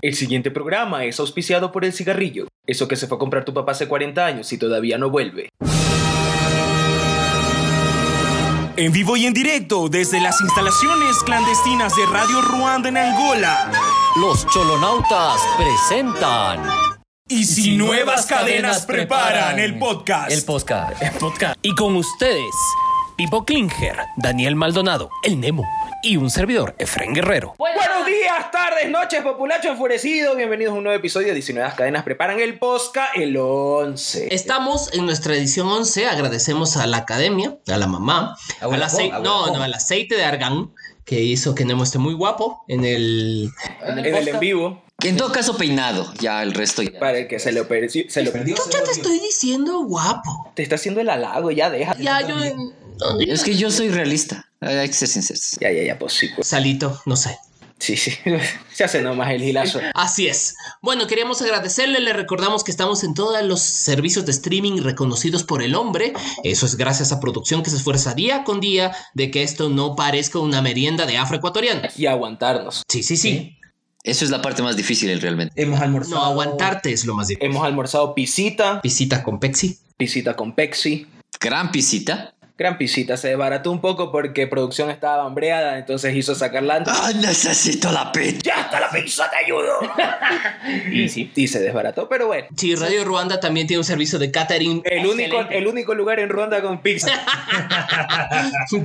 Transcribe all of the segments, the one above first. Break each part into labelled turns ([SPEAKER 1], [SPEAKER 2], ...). [SPEAKER 1] El siguiente programa es auspiciado por el cigarrillo, eso que se fue a comprar tu papá hace 40 años y todavía no vuelve.
[SPEAKER 2] En vivo y en directo desde las instalaciones clandestinas de Radio Ruanda en Angola.
[SPEAKER 3] Los cholonautas presentan.
[SPEAKER 2] Y si, nuevas cadenas preparan el podcast.
[SPEAKER 3] El podcast.
[SPEAKER 4] El podcast. Y con ustedes, Pipo Klinger, Daniel Maldonado, el Nemo y un servidor, Efren Guerrero.
[SPEAKER 1] Buenos días, tardes, noches, populacho enfurecido. Bienvenidos a un nuevo episodio de 19 Cadenas Preparan el Posca, el 11.
[SPEAKER 5] Estamos en nuestra edición 11. Agradecemos a la academia, a la mamá,
[SPEAKER 3] A
[SPEAKER 5] al,
[SPEAKER 3] Wilcom,
[SPEAKER 5] aceite,
[SPEAKER 3] a
[SPEAKER 5] no,
[SPEAKER 3] Wilcom.
[SPEAKER 5] no, al aceite de argán que hizo que Nemo esté muy guapo en el.
[SPEAKER 1] En el en vivo,
[SPEAKER 3] En todo caso, peinado. Ya el resto. ya.
[SPEAKER 1] para el que se lo, perci- se lo perdió.
[SPEAKER 5] Yo te estoy diciendo guapo.
[SPEAKER 1] Te está haciendo el halago, ya deja.
[SPEAKER 5] Ya yo.
[SPEAKER 3] Es que yo soy realista. Hay que ser sinceros.
[SPEAKER 1] Ya, ya, ya, pues sí, pues.
[SPEAKER 5] Salito, no sé.
[SPEAKER 1] Sí, sí. se hace nomás el gilazo.
[SPEAKER 5] Así es. Bueno, queríamos agradecerle, le recordamos que estamos en todos los servicios de streaming reconocidos por el hombre. Eso es gracias a producción que se esfuerza día con día de que esto no parezca una merienda de afroecuatorianos.
[SPEAKER 1] Y aguantarnos.
[SPEAKER 5] Sí, sí, sí.
[SPEAKER 3] Eso es la parte más difícil, realmente.
[SPEAKER 6] Hemos almorzado.
[SPEAKER 5] No, aguantarte es lo más difícil.
[SPEAKER 1] Hemos almorzado pisita,
[SPEAKER 5] Visita con Pexi.
[SPEAKER 1] pisita con Pepsi.
[SPEAKER 3] Gran pisita.
[SPEAKER 1] Gran pisita, se desbarató un poco porque producción estaba hambreada, entonces hizo sacarla antes.
[SPEAKER 3] ¡Ah, necesito la pizza!
[SPEAKER 1] ¡Ya está la pizza, te ayudo! y sí, y se desbarató, pero bueno.
[SPEAKER 5] Sí, Radio Ruanda también tiene un servicio de catering.
[SPEAKER 1] El único,
[SPEAKER 5] excelente.
[SPEAKER 1] el único lugar en Ronda con pizza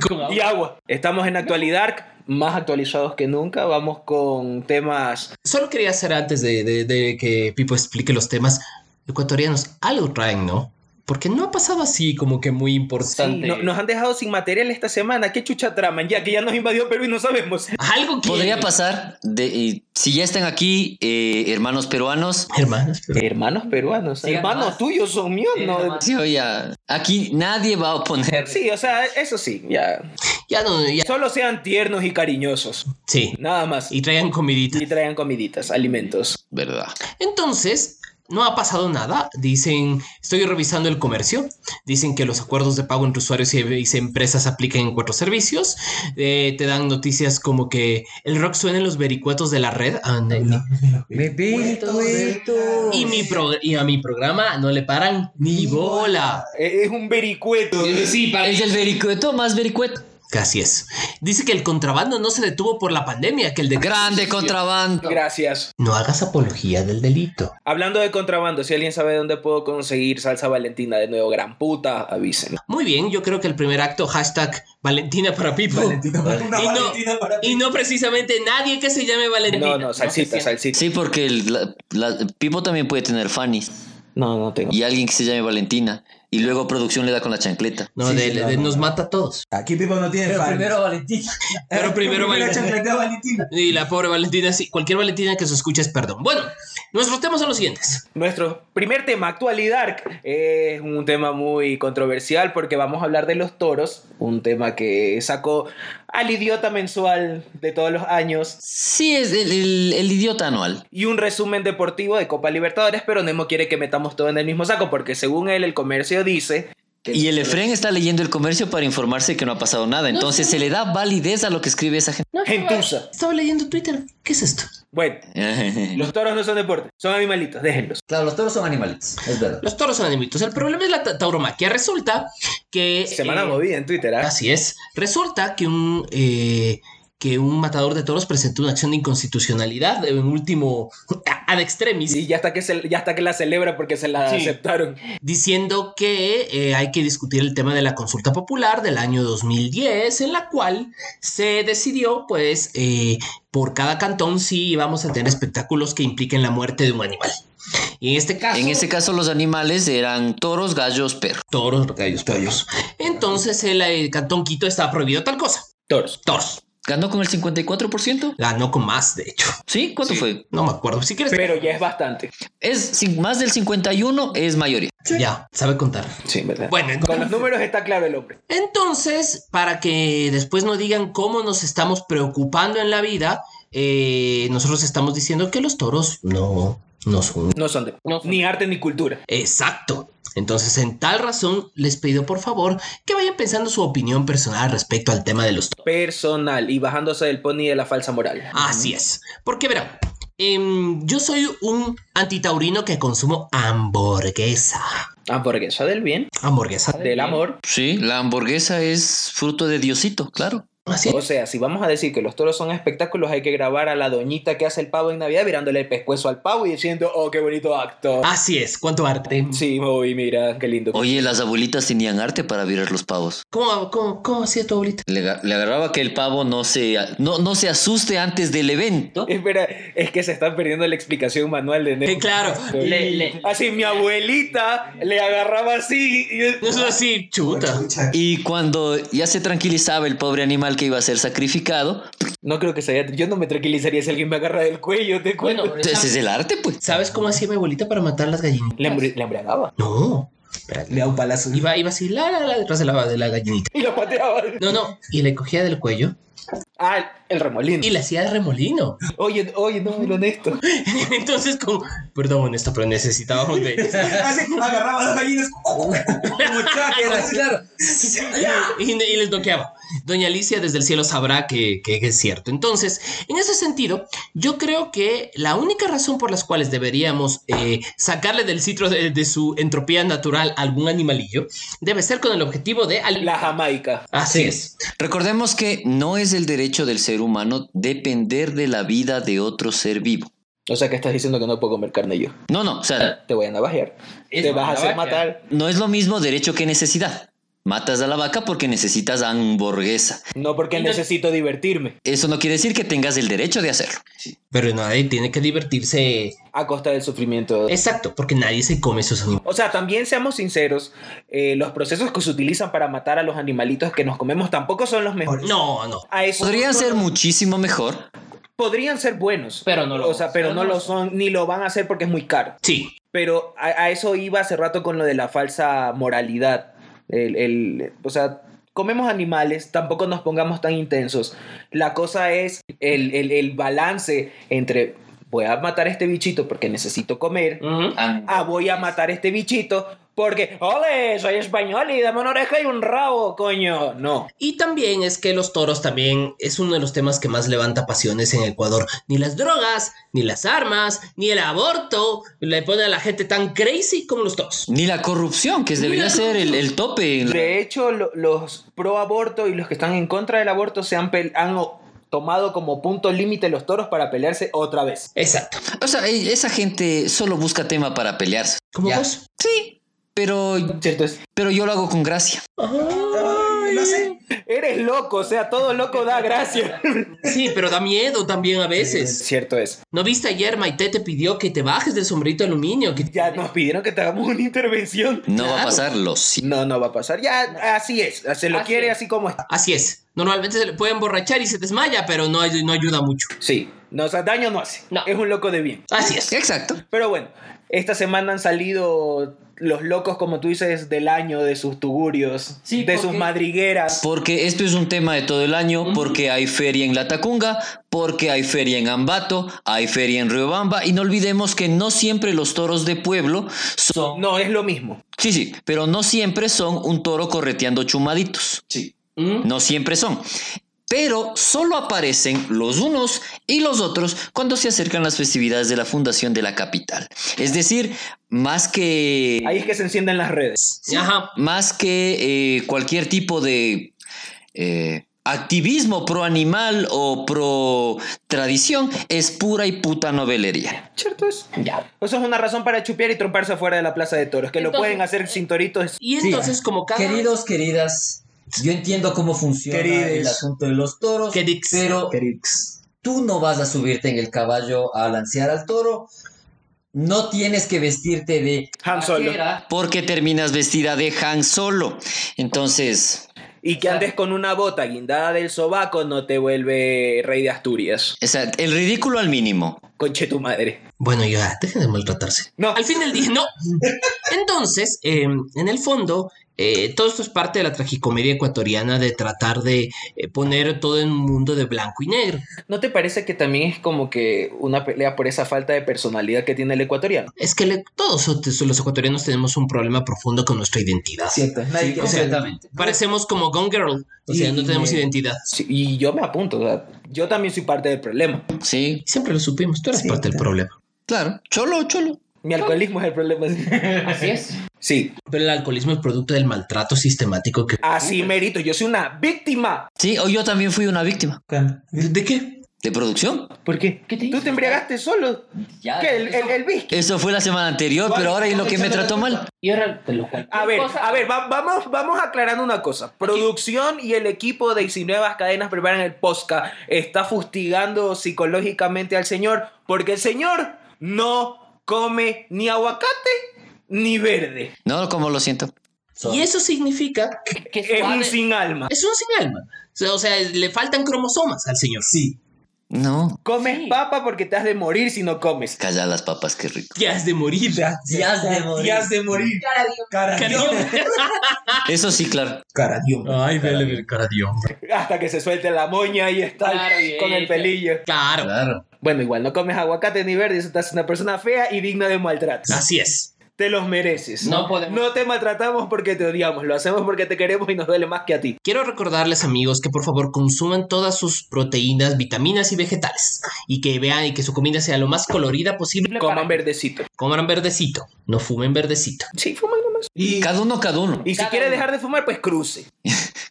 [SPEAKER 5] Con agua.
[SPEAKER 1] y agua. Estamos en Actualidad, más actualizados que nunca. Vamos con temas.
[SPEAKER 5] Solo quería hacer antes de, de- de que Pipo explique los temas ecuatorianos. Algo traen, ¿no? Porque no ha pasado así como que muy importante.
[SPEAKER 1] No- nos han dejado sin material esta semana. ¿Qué chucha traman? Ya que ya nos invadió Perú y no sabemos.
[SPEAKER 5] Algo que...
[SPEAKER 3] Podría pasar. De, y si ya están aquí, eh, hermanos peruanos.
[SPEAKER 5] Hermanos, pero-
[SPEAKER 1] Hermanos peruanos,
[SPEAKER 3] Sigan
[SPEAKER 1] hermanos
[SPEAKER 3] nomás.
[SPEAKER 1] tuyos son míos, ¿no?
[SPEAKER 3] Sí, oye, aquí nadie va a oponer.
[SPEAKER 1] Sí, o sea, eso sí, ya.
[SPEAKER 5] Ya no, ya...
[SPEAKER 1] Solo sean tiernos y cariñosos.
[SPEAKER 5] Sí.
[SPEAKER 1] Nada más.
[SPEAKER 5] Y traigan comidita.
[SPEAKER 1] Y traigan comiditas, alimentos.
[SPEAKER 3] ¿Verdad?
[SPEAKER 5] Entonces, no ha pasado nada. Dicen, estoy revisando el comercio. Dicen que los acuerdos de pago entre usuarios y, y empresas aplican en cuatro servicios. Eh, te dan noticias como que el rock suena en los vericuetos de la red. Ah, no, no. Y, mi pro- y a mi programa no le paran ni bola.
[SPEAKER 1] Es un vericueto.
[SPEAKER 3] Pues Es el vericueto más vericueto.
[SPEAKER 5] Casi es. Dice que el contrabando no se detuvo por la pandemia, que el de...
[SPEAKER 3] Grande contrabando.
[SPEAKER 1] Gracias.
[SPEAKER 5] No hagas apología del delito.
[SPEAKER 1] Hablando de contrabando, si alguien sabe dónde puedo conseguir salsa valentina de nuevo, gran puta, avísenme.
[SPEAKER 5] Muy bien, yo creo que el primer acto, hashtag Valentina para Pipo.
[SPEAKER 6] Valentina para- una
[SPEAKER 5] y, no,
[SPEAKER 6] Valentina para
[SPEAKER 5] y no precisamente nadie que se llame Valentina.
[SPEAKER 1] No, no, salsita,
[SPEAKER 5] se llama.
[SPEAKER 1] salsita.
[SPEAKER 3] Sí, porque el- la- la- Pipo también puede tener Fanny
[SPEAKER 1] No, no tengo.
[SPEAKER 3] y alguien que se llame Valentina. Y luego producción le da con la chancleta.
[SPEAKER 5] No,
[SPEAKER 6] Sí,
[SPEAKER 5] de-
[SPEAKER 6] sí, no,
[SPEAKER 5] de-
[SPEAKER 6] no.
[SPEAKER 5] nos mata a todos.
[SPEAKER 6] Aquí Pipo no tiene fan.
[SPEAKER 3] Valentina.
[SPEAKER 5] Pero primero Valentina.
[SPEAKER 6] chancletea a Valentina.
[SPEAKER 5] Y la pobre Valentina, sí, cualquier Valentina que se escuche es perdón. Bueno, nuestros temas son los siguientes.
[SPEAKER 1] Nuestro primer tema, actualidad, es un tema muy controversial porque vamos a hablar de los toros, un tema que sacó al idiota mensual de todos los años
[SPEAKER 3] Sí, es el, el- el idiota anual.
[SPEAKER 1] y un resumen deportivo de Copa Libertadores, pero Nemo quiere que metamos todo en el mismo saco porque según él el comercio dice
[SPEAKER 3] Y el Efren está leyendo el comercio para informarse que no ha pasado nada. Entonces se le da validez a lo que escribe esa gente.
[SPEAKER 1] gentuza.
[SPEAKER 5] Estaba leyendo Twitter. ¿Qué es esto?
[SPEAKER 1] Bueno,
[SPEAKER 3] Los-
[SPEAKER 1] los toros no son deportes, son animalitos, déjenlos.
[SPEAKER 5] Eh,
[SPEAKER 7] Claro, los toros son animalitos, es verdad.
[SPEAKER 5] Los toros son animitos. El problema es la ta- tauromaquia. Resulta que.
[SPEAKER 1] Semana
[SPEAKER 5] eh,
[SPEAKER 1] movida en Twitter, ¿ah?
[SPEAKER 5] Así es. Resulta que un, eh, que un matador de toros presentó una acción de inconstitucionalidad en último ad extremis,
[SPEAKER 1] Y ya hasta que, se- ya hasta que la celebra porque se la
[SPEAKER 5] Sí.
[SPEAKER 1] aceptaron.
[SPEAKER 5] diciendo que eh, hay que discutir el tema de la consulta popular del año 2010, en la cual se decidió, pues, eh, por cada cantón si íbamos a tener espectáculos que impliquen la muerte de un animal. Y en este caso,
[SPEAKER 3] En ese caso los animales eran toros, gallos, perros.
[SPEAKER 5] toros, gallos, pollos. Entonces el, eh, cantón Quito estaba prohibido tal cosa.
[SPEAKER 1] Toros.
[SPEAKER 5] Toros.
[SPEAKER 3] ¿Ganó con el 54%?
[SPEAKER 5] Ganó con más, de hecho.
[SPEAKER 3] ¿Sí? ¿Cuánto fue?
[SPEAKER 5] No me acuerdo. Si quieres,
[SPEAKER 1] Pero ya es bastante.
[SPEAKER 3] Es sin- más del 51% es mayoría.
[SPEAKER 5] Ya, sabe contar.
[SPEAKER 1] Sí, ¿verdad?
[SPEAKER 5] Bueno,
[SPEAKER 1] Con los números está claro el hombre.
[SPEAKER 5] entonces, para que después no digan cómo nos estamos preocupando en la vida, eh, nosotros estamos diciendo que los toros no, no son.
[SPEAKER 1] No son de.
[SPEAKER 5] No son-
[SPEAKER 1] Ni arte ni cultura.
[SPEAKER 5] Exacto. Entonces, en tal razón, les pido por favor que vayan pensando su opinión personal respecto al tema de los toros.
[SPEAKER 1] Personal y bajándose del pony de la falsa moral.
[SPEAKER 5] Así es. Porque verán, Em, yo soy un antitaurino que consumo hamburguesa.
[SPEAKER 1] Hamburguesa Ah, del bien,
[SPEAKER 5] Hamburguesa
[SPEAKER 1] del amor.
[SPEAKER 3] Sí, la hamburguesa es fruto de Diosito, claro.
[SPEAKER 5] Así
[SPEAKER 1] O sea, si vamos a decir que los toros son espectáculos, hay que grabar a la doñita que hace el pavo en Navidad mirándole el pescuezo al pavo y diciendo, oh, qué bonito acto.
[SPEAKER 5] Así es, cuánto arte.
[SPEAKER 1] Sí, uy, mira, qué lindo.
[SPEAKER 3] Oye, las abuelitas tenían arte para virar los pavos.
[SPEAKER 5] ¿Cómo, cómo, cómo hacía tu abuelita?
[SPEAKER 3] Le, aga- le agarraba que el pavo no se, no, no se asuste antes del evento.
[SPEAKER 1] Espera, es que se están perdiendo la explicación manual de
[SPEAKER 5] Eh,
[SPEAKER 1] Nemo.
[SPEAKER 5] claro.
[SPEAKER 1] Le-
[SPEAKER 5] le-
[SPEAKER 1] Así, mi abuelita le agarraba así. y-
[SPEAKER 5] Nosotros así, chuta.
[SPEAKER 3] Y cuando ya se tranquilizaba el pobre animal que iba a ser sacrificado,
[SPEAKER 1] No creo que sea. Yo no me tranquilizaría si alguien me agarra del cuello, te cuento.
[SPEAKER 5] Bueno,
[SPEAKER 3] ese es el arte, pues.
[SPEAKER 5] ¿sabes cómo hacía mi abuelita para matar las gallinas?
[SPEAKER 1] le, embri- le embriagaba.
[SPEAKER 5] No. Espera, le da un palazo. Iba, iba así, la, la, la, detrás de la, de la gallinita.
[SPEAKER 1] Y lo pateaba.
[SPEAKER 5] No, no. Y le cogía del cuello
[SPEAKER 1] Ah, el remolino.
[SPEAKER 5] y le hacía de remolino.
[SPEAKER 1] Oye, oye, no, era honesto.
[SPEAKER 5] Entonces, como, perdón, honesto, pero necesitábamos de.
[SPEAKER 6] Así, agarraba las gallinas. Como cháqueras, claro.
[SPEAKER 5] y, y les bloqueaba. Doña Alicia desde el cielo sabrá que, que es cierto. Entonces, en ese sentido, yo creo que la única razón por las cuales deberíamos eh, sacarle del citro de, de su entropía natural algún animalillo debe ser con el objetivo de. al-
[SPEAKER 1] La Jamaica.
[SPEAKER 5] Así es.
[SPEAKER 3] Recordemos que no es el derecho del ser humano depender de la vida de otro ser vivo.
[SPEAKER 1] O sea, que estás diciendo que no puedo comer carne yo.
[SPEAKER 3] No, no, o sea,
[SPEAKER 1] Te voy a navajear.
[SPEAKER 5] Es
[SPEAKER 1] te vas a hacer
[SPEAKER 5] navajear.
[SPEAKER 1] matar.
[SPEAKER 3] no es lo mismo derecho que necesidad. Matas a la vaca porque necesitas hamburguesa.
[SPEAKER 1] No porque
[SPEAKER 5] Y no-
[SPEAKER 1] necesito divertirme.
[SPEAKER 3] Eso no quiere decir que tengas el derecho de hacerlo.
[SPEAKER 5] Pero nadie tiene que divertirse.
[SPEAKER 1] A costa del sufrimiento.
[SPEAKER 5] Exacto, porque nadie se come sus animales.
[SPEAKER 1] O sea, también seamos sinceros, eh, los procesos que se utilizan para matar a los animalitos que nos comemos tampoco son los mejores.
[SPEAKER 5] No, no.
[SPEAKER 1] A eso
[SPEAKER 3] Podrían ser muchísimo mejor.
[SPEAKER 1] podrían ser buenos,
[SPEAKER 5] Pero no lo
[SPEAKER 1] o sea,
[SPEAKER 5] son.
[SPEAKER 1] pero no lo son ni lo van a hacer porque es muy caro.
[SPEAKER 5] Sí.
[SPEAKER 1] Pero a, a eso iba hace rato con lo de la falsa moralidad. El, el- o sea, comemos animales, tampoco nos pongamos tan intensos. La cosa es el, el- el balance entre voy a matar a este bichito porque necesito comer,
[SPEAKER 5] Mm.
[SPEAKER 1] ah, voy a matar a este bichito porque, ole, soy español y dame una oreja y un rabo, coño. No.
[SPEAKER 5] Y también es que los toros también es uno de los temas que más levanta pasiones en Ecuador. Ni las drogas, ni las armas, ni el aborto le pone a la gente tan crazy como los toros.
[SPEAKER 3] Ni la corrupción, que debería ser el, el tope. en la-
[SPEAKER 1] De hecho, lo- los pro aborto y los que están en contra del aborto se han, pel- han o- tomado como punto límite los toros para pelearse otra vez.
[SPEAKER 5] Exacto.
[SPEAKER 3] O sea, e- esa gente solo busca tema para pelearse.
[SPEAKER 5] Como
[SPEAKER 3] Ya.
[SPEAKER 5] vos.
[SPEAKER 3] Sí, pero,
[SPEAKER 1] ¿Cierto? es?
[SPEAKER 3] pero yo lo hago con gracia.
[SPEAKER 6] Ay, Lo sé.
[SPEAKER 1] Eres loco, o sea, todo loco da gracia.
[SPEAKER 5] Sí, pero da miedo también a veces.
[SPEAKER 1] Cierto es.
[SPEAKER 5] ¿No viste ayer Maite te pidió que te bajes del sombrerito de aluminio? Que
[SPEAKER 1] Ya nos pidieron que te hagamos una intervención.
[SPEAKER 3] No va a pasar, lo sí.
[SPEAKER 1] No, no va a pasar. Ya, así es. Se lo
[SPEAKER 5] Así
[SPEAKER 1] quiere
[SPEAKER 5] es.
[SPEAKER 1] así como está.
[SPEAKER 5] Así es. Normalmente se le puede emborrachar y se desmaya, pero no, ay- no ayuda mucho.
[SPEAKER 1] Sí. No, o sea, daño no hace.
[SPEAKER 5] No.
[SPEAKER 1] Es un loco de bien.
[SPEAKER 5] Así es.
[SPEAKER 3] Exacto.
[SPEAKER 1] Pero bueno, esta semana han salido los locos, como tú dices, del año, de sus tugurios,
[SPEAKER 3] Sí,
[SPEAKER 1] de
[SPEAKER 3] porque-
[SPEAKER 1] sus madrigueras.
[SPEAKER 3] Porque esto es un tema de todo el año, porque hay feria en La Tacunga, porque hay feria en Ambato, hay feria en Riobamba, y no olvidemos que no siempre los toros de pueblo son...
[SPEAKER 1] No, es lo mismo.
[SPEAKER 3] Sí, sí, pero no siempre son un toro correteando chumaditos. Sí.
[SPEAKER 5] Mm.
[SPEAKER 3] No siempre son. Pero solo aparecen los unos y los otros cuando se acercan las festividades de la fundación de la capital. Es decir, más que...
[SPEAKER 1] Ahí es que se encienden las redes.
[SPEAKER 5] Ajá.
[SPEAKER 3] más que eh, cualquier tipo de eh, activismo pro animal o pro tradición, es pura y puta novelería.
[SPEAKER 1] ¿Cierto es?
[SPEAKER 5] Ya.
[SPEAKER 1] Eso es una razón para chupear y tromparse afuera de la plaza de toros, que lo
[SPEAKER 5] Entonces-
[SPEAKER 1] pueden hacer sin toritos.
[SPEAKER 5] Y entonces, como cada.
[SPEAKER 7] Queridos, queridas, yo entiendo cómo funciona
[SPEAKER 1] Querides.
[SPEAKER 7] el asunto de los toros,
[SPEAKER 5] Queridos.
[SPEAKER 7] pero tú no vas a subirte en el caballo a lancear al toro. No tienes que vestirte de
[SPEAKER 1] Han Solo.
[SPEAKER 7] vaquera.
[SPEAKER 3] Porque terminas vestida de Han Solo. Entonces,
[SPEAKER 1] Y que andes con una bota guindada del sobaco no te vuelve rey de Asturias.
[SPEAKER 3] o sea, el ridículo al mínimo.
[SPEAKER 1] Conche tu madre.
[SPEAKER 5] Bueno, ya, dejen de maltratarse.
[SPEAKER 1] No.
[SPEAKER 5] Al fin del día, no. Entonces, eh, en el fondo, eh, todo esto es parte de la tragicomedia ecuatoriana de tratar de eh, poner todo en un mundo de blanco y negro.
[SPEAKER 1] ¿No te parece que también es como que una pelea por esa falta de personalidad que tiene el ecuatoriano?
[SPEAKER 5] Es que le- todos los ecuatorianos tenemos un problema profundo con nuestra identidad.
[SPEAKER 7] Cierto, nadie quiere
[SPEAKER 5] o sea,
[SPEAKER 7] ser-
[SPEAKER 5] Parecemos como Gone Girl, o sea,
[SPEAKER 7] Y-
[SPEAKER 5] no tenemos identidad.
[SPEAKER 1] Sí, y yo me apunto, o sea, yo también soy parte del problema.
[SPEAKER 3] Sí,
[SPEAKER 5] Siempre lo supimos, tú eres
[SPEAKER 7] Sí,
[SPEAKER 5] parte del
[SPEAKER 7] claro.
[SPEAKER 5] problema.
[SPEAKER 3] claro. Cholo, cholo.
[SPEAKER 1] Mi alcoholismo es el problema.
[SPEAKER 3] Así es.
[SPEAKER 1] Sí,
[SPEAKER 5] Pero el alcoholismo es producto del maltrato sistemático que...
[SPEAKER 1] así merito, yo soy una víctima.
[SPEAKER 3] Sí, o yo también fui una víctima.
[SPEAKER 5] ¿De qué?
[SPEAKER 3] ¿De producción?
[SPEAKER 1] ¿Por qué? ¿Tú te embriagaste solo?
[SPEAKER 7] Ya,
[SPEAKER 1] ¿Qué? ¿El, el, el whisky?
[SPEAKER 3] Eso fue la semana anterior, pero ahora y lo que me trató mal.
[SPEAKER 8] Y ahora, de lo cual.
[SPEAKER 1] A ver, a ver, va- vamos, vamos aclarando una cosa. Producción y el equipo de 19 cadenas preparan el podcast. Está fustigando psicológicamente al señor porque el señor no come ni aguacate ni verde.
[SPEAKER 3] No, como lo siento.
[SPEAKER 7] son-
[SPEAKER 5] Y eso significa que
[SPEAKER 8] Qué
[SPEAKER 1] Es un
[SPEAKER 8] suave.
[SPEAKER 1] sin alma.
[SPEAKER 5] es un sin alma. O sea, O sea, le faltan cromosomas al señor.
[SPEAKER 6] Sí.
[SPEAKER 3] No.
[SPEAKER 1] Comes
[SPEAKER 8] Sí.
[SPEAKER 1] papa porque te has de morir si no comes.
[SPEAKER 3] Calla las papas, qué rico.
[SPEAKER 5] Ya es de morir.
[SPEAKER 6] Ya,
[SPEAKER 7] Ya has de morir.
[SPEAKER 6] Ya has de morir. Cara,
[SPEAKER 5] Carión.
[SPEAKER 3] Eso sí, claro.
[SPEAKER 6] Cara, Dios.
[SPEAKER 5] Ay, vele ver cara de hombre.
[SPEAKER 1] Hasta que se suelte la moña y está
[SPEAKER 8] Claro, y
[SPEAKER 1] con el
[SPEAKER 8] ella.
[SPEAKER 1] pelillo.
[SPEAKER 5] Claro,
[SPEAKER 7] Claro.
[SPEAKER 1] Bueno, igual no comes aguacate ni verde, eso te hace una persona fea y digna de maltrato.
[SPEAKER 5] así es.
[SPEAKER 1] Te los mereces.
[SPEAKER 8] No podemos.
[SPEAKER 1] No te maltratamos porque te odiamos, lo hacemos porque te queremos y nos duele más que a ti.
[SPEAKER 5] Quiero recordarles amigos que por favor consuman todas sus proteínas, vitaminas y vegetales y que vean y que su comida sea lo más colorida posible.
[SPEAKER 1] Coman verdecito.
[SPEAKER 5] Coman verdecito, no fumen verdecito.
[SPEAKER 1] Sí, fuman nomás.
[SPEAKER 6] Y
[SPEAKER 3] Cada uno, cada uno.
[SPEAKER 1] Y si
[SPEAKER 8] Cada
[SPEAKER 1] quiere
[SPEAKER 8] uno.
[SPEAKER 1] dejar de fumar, pues cruce.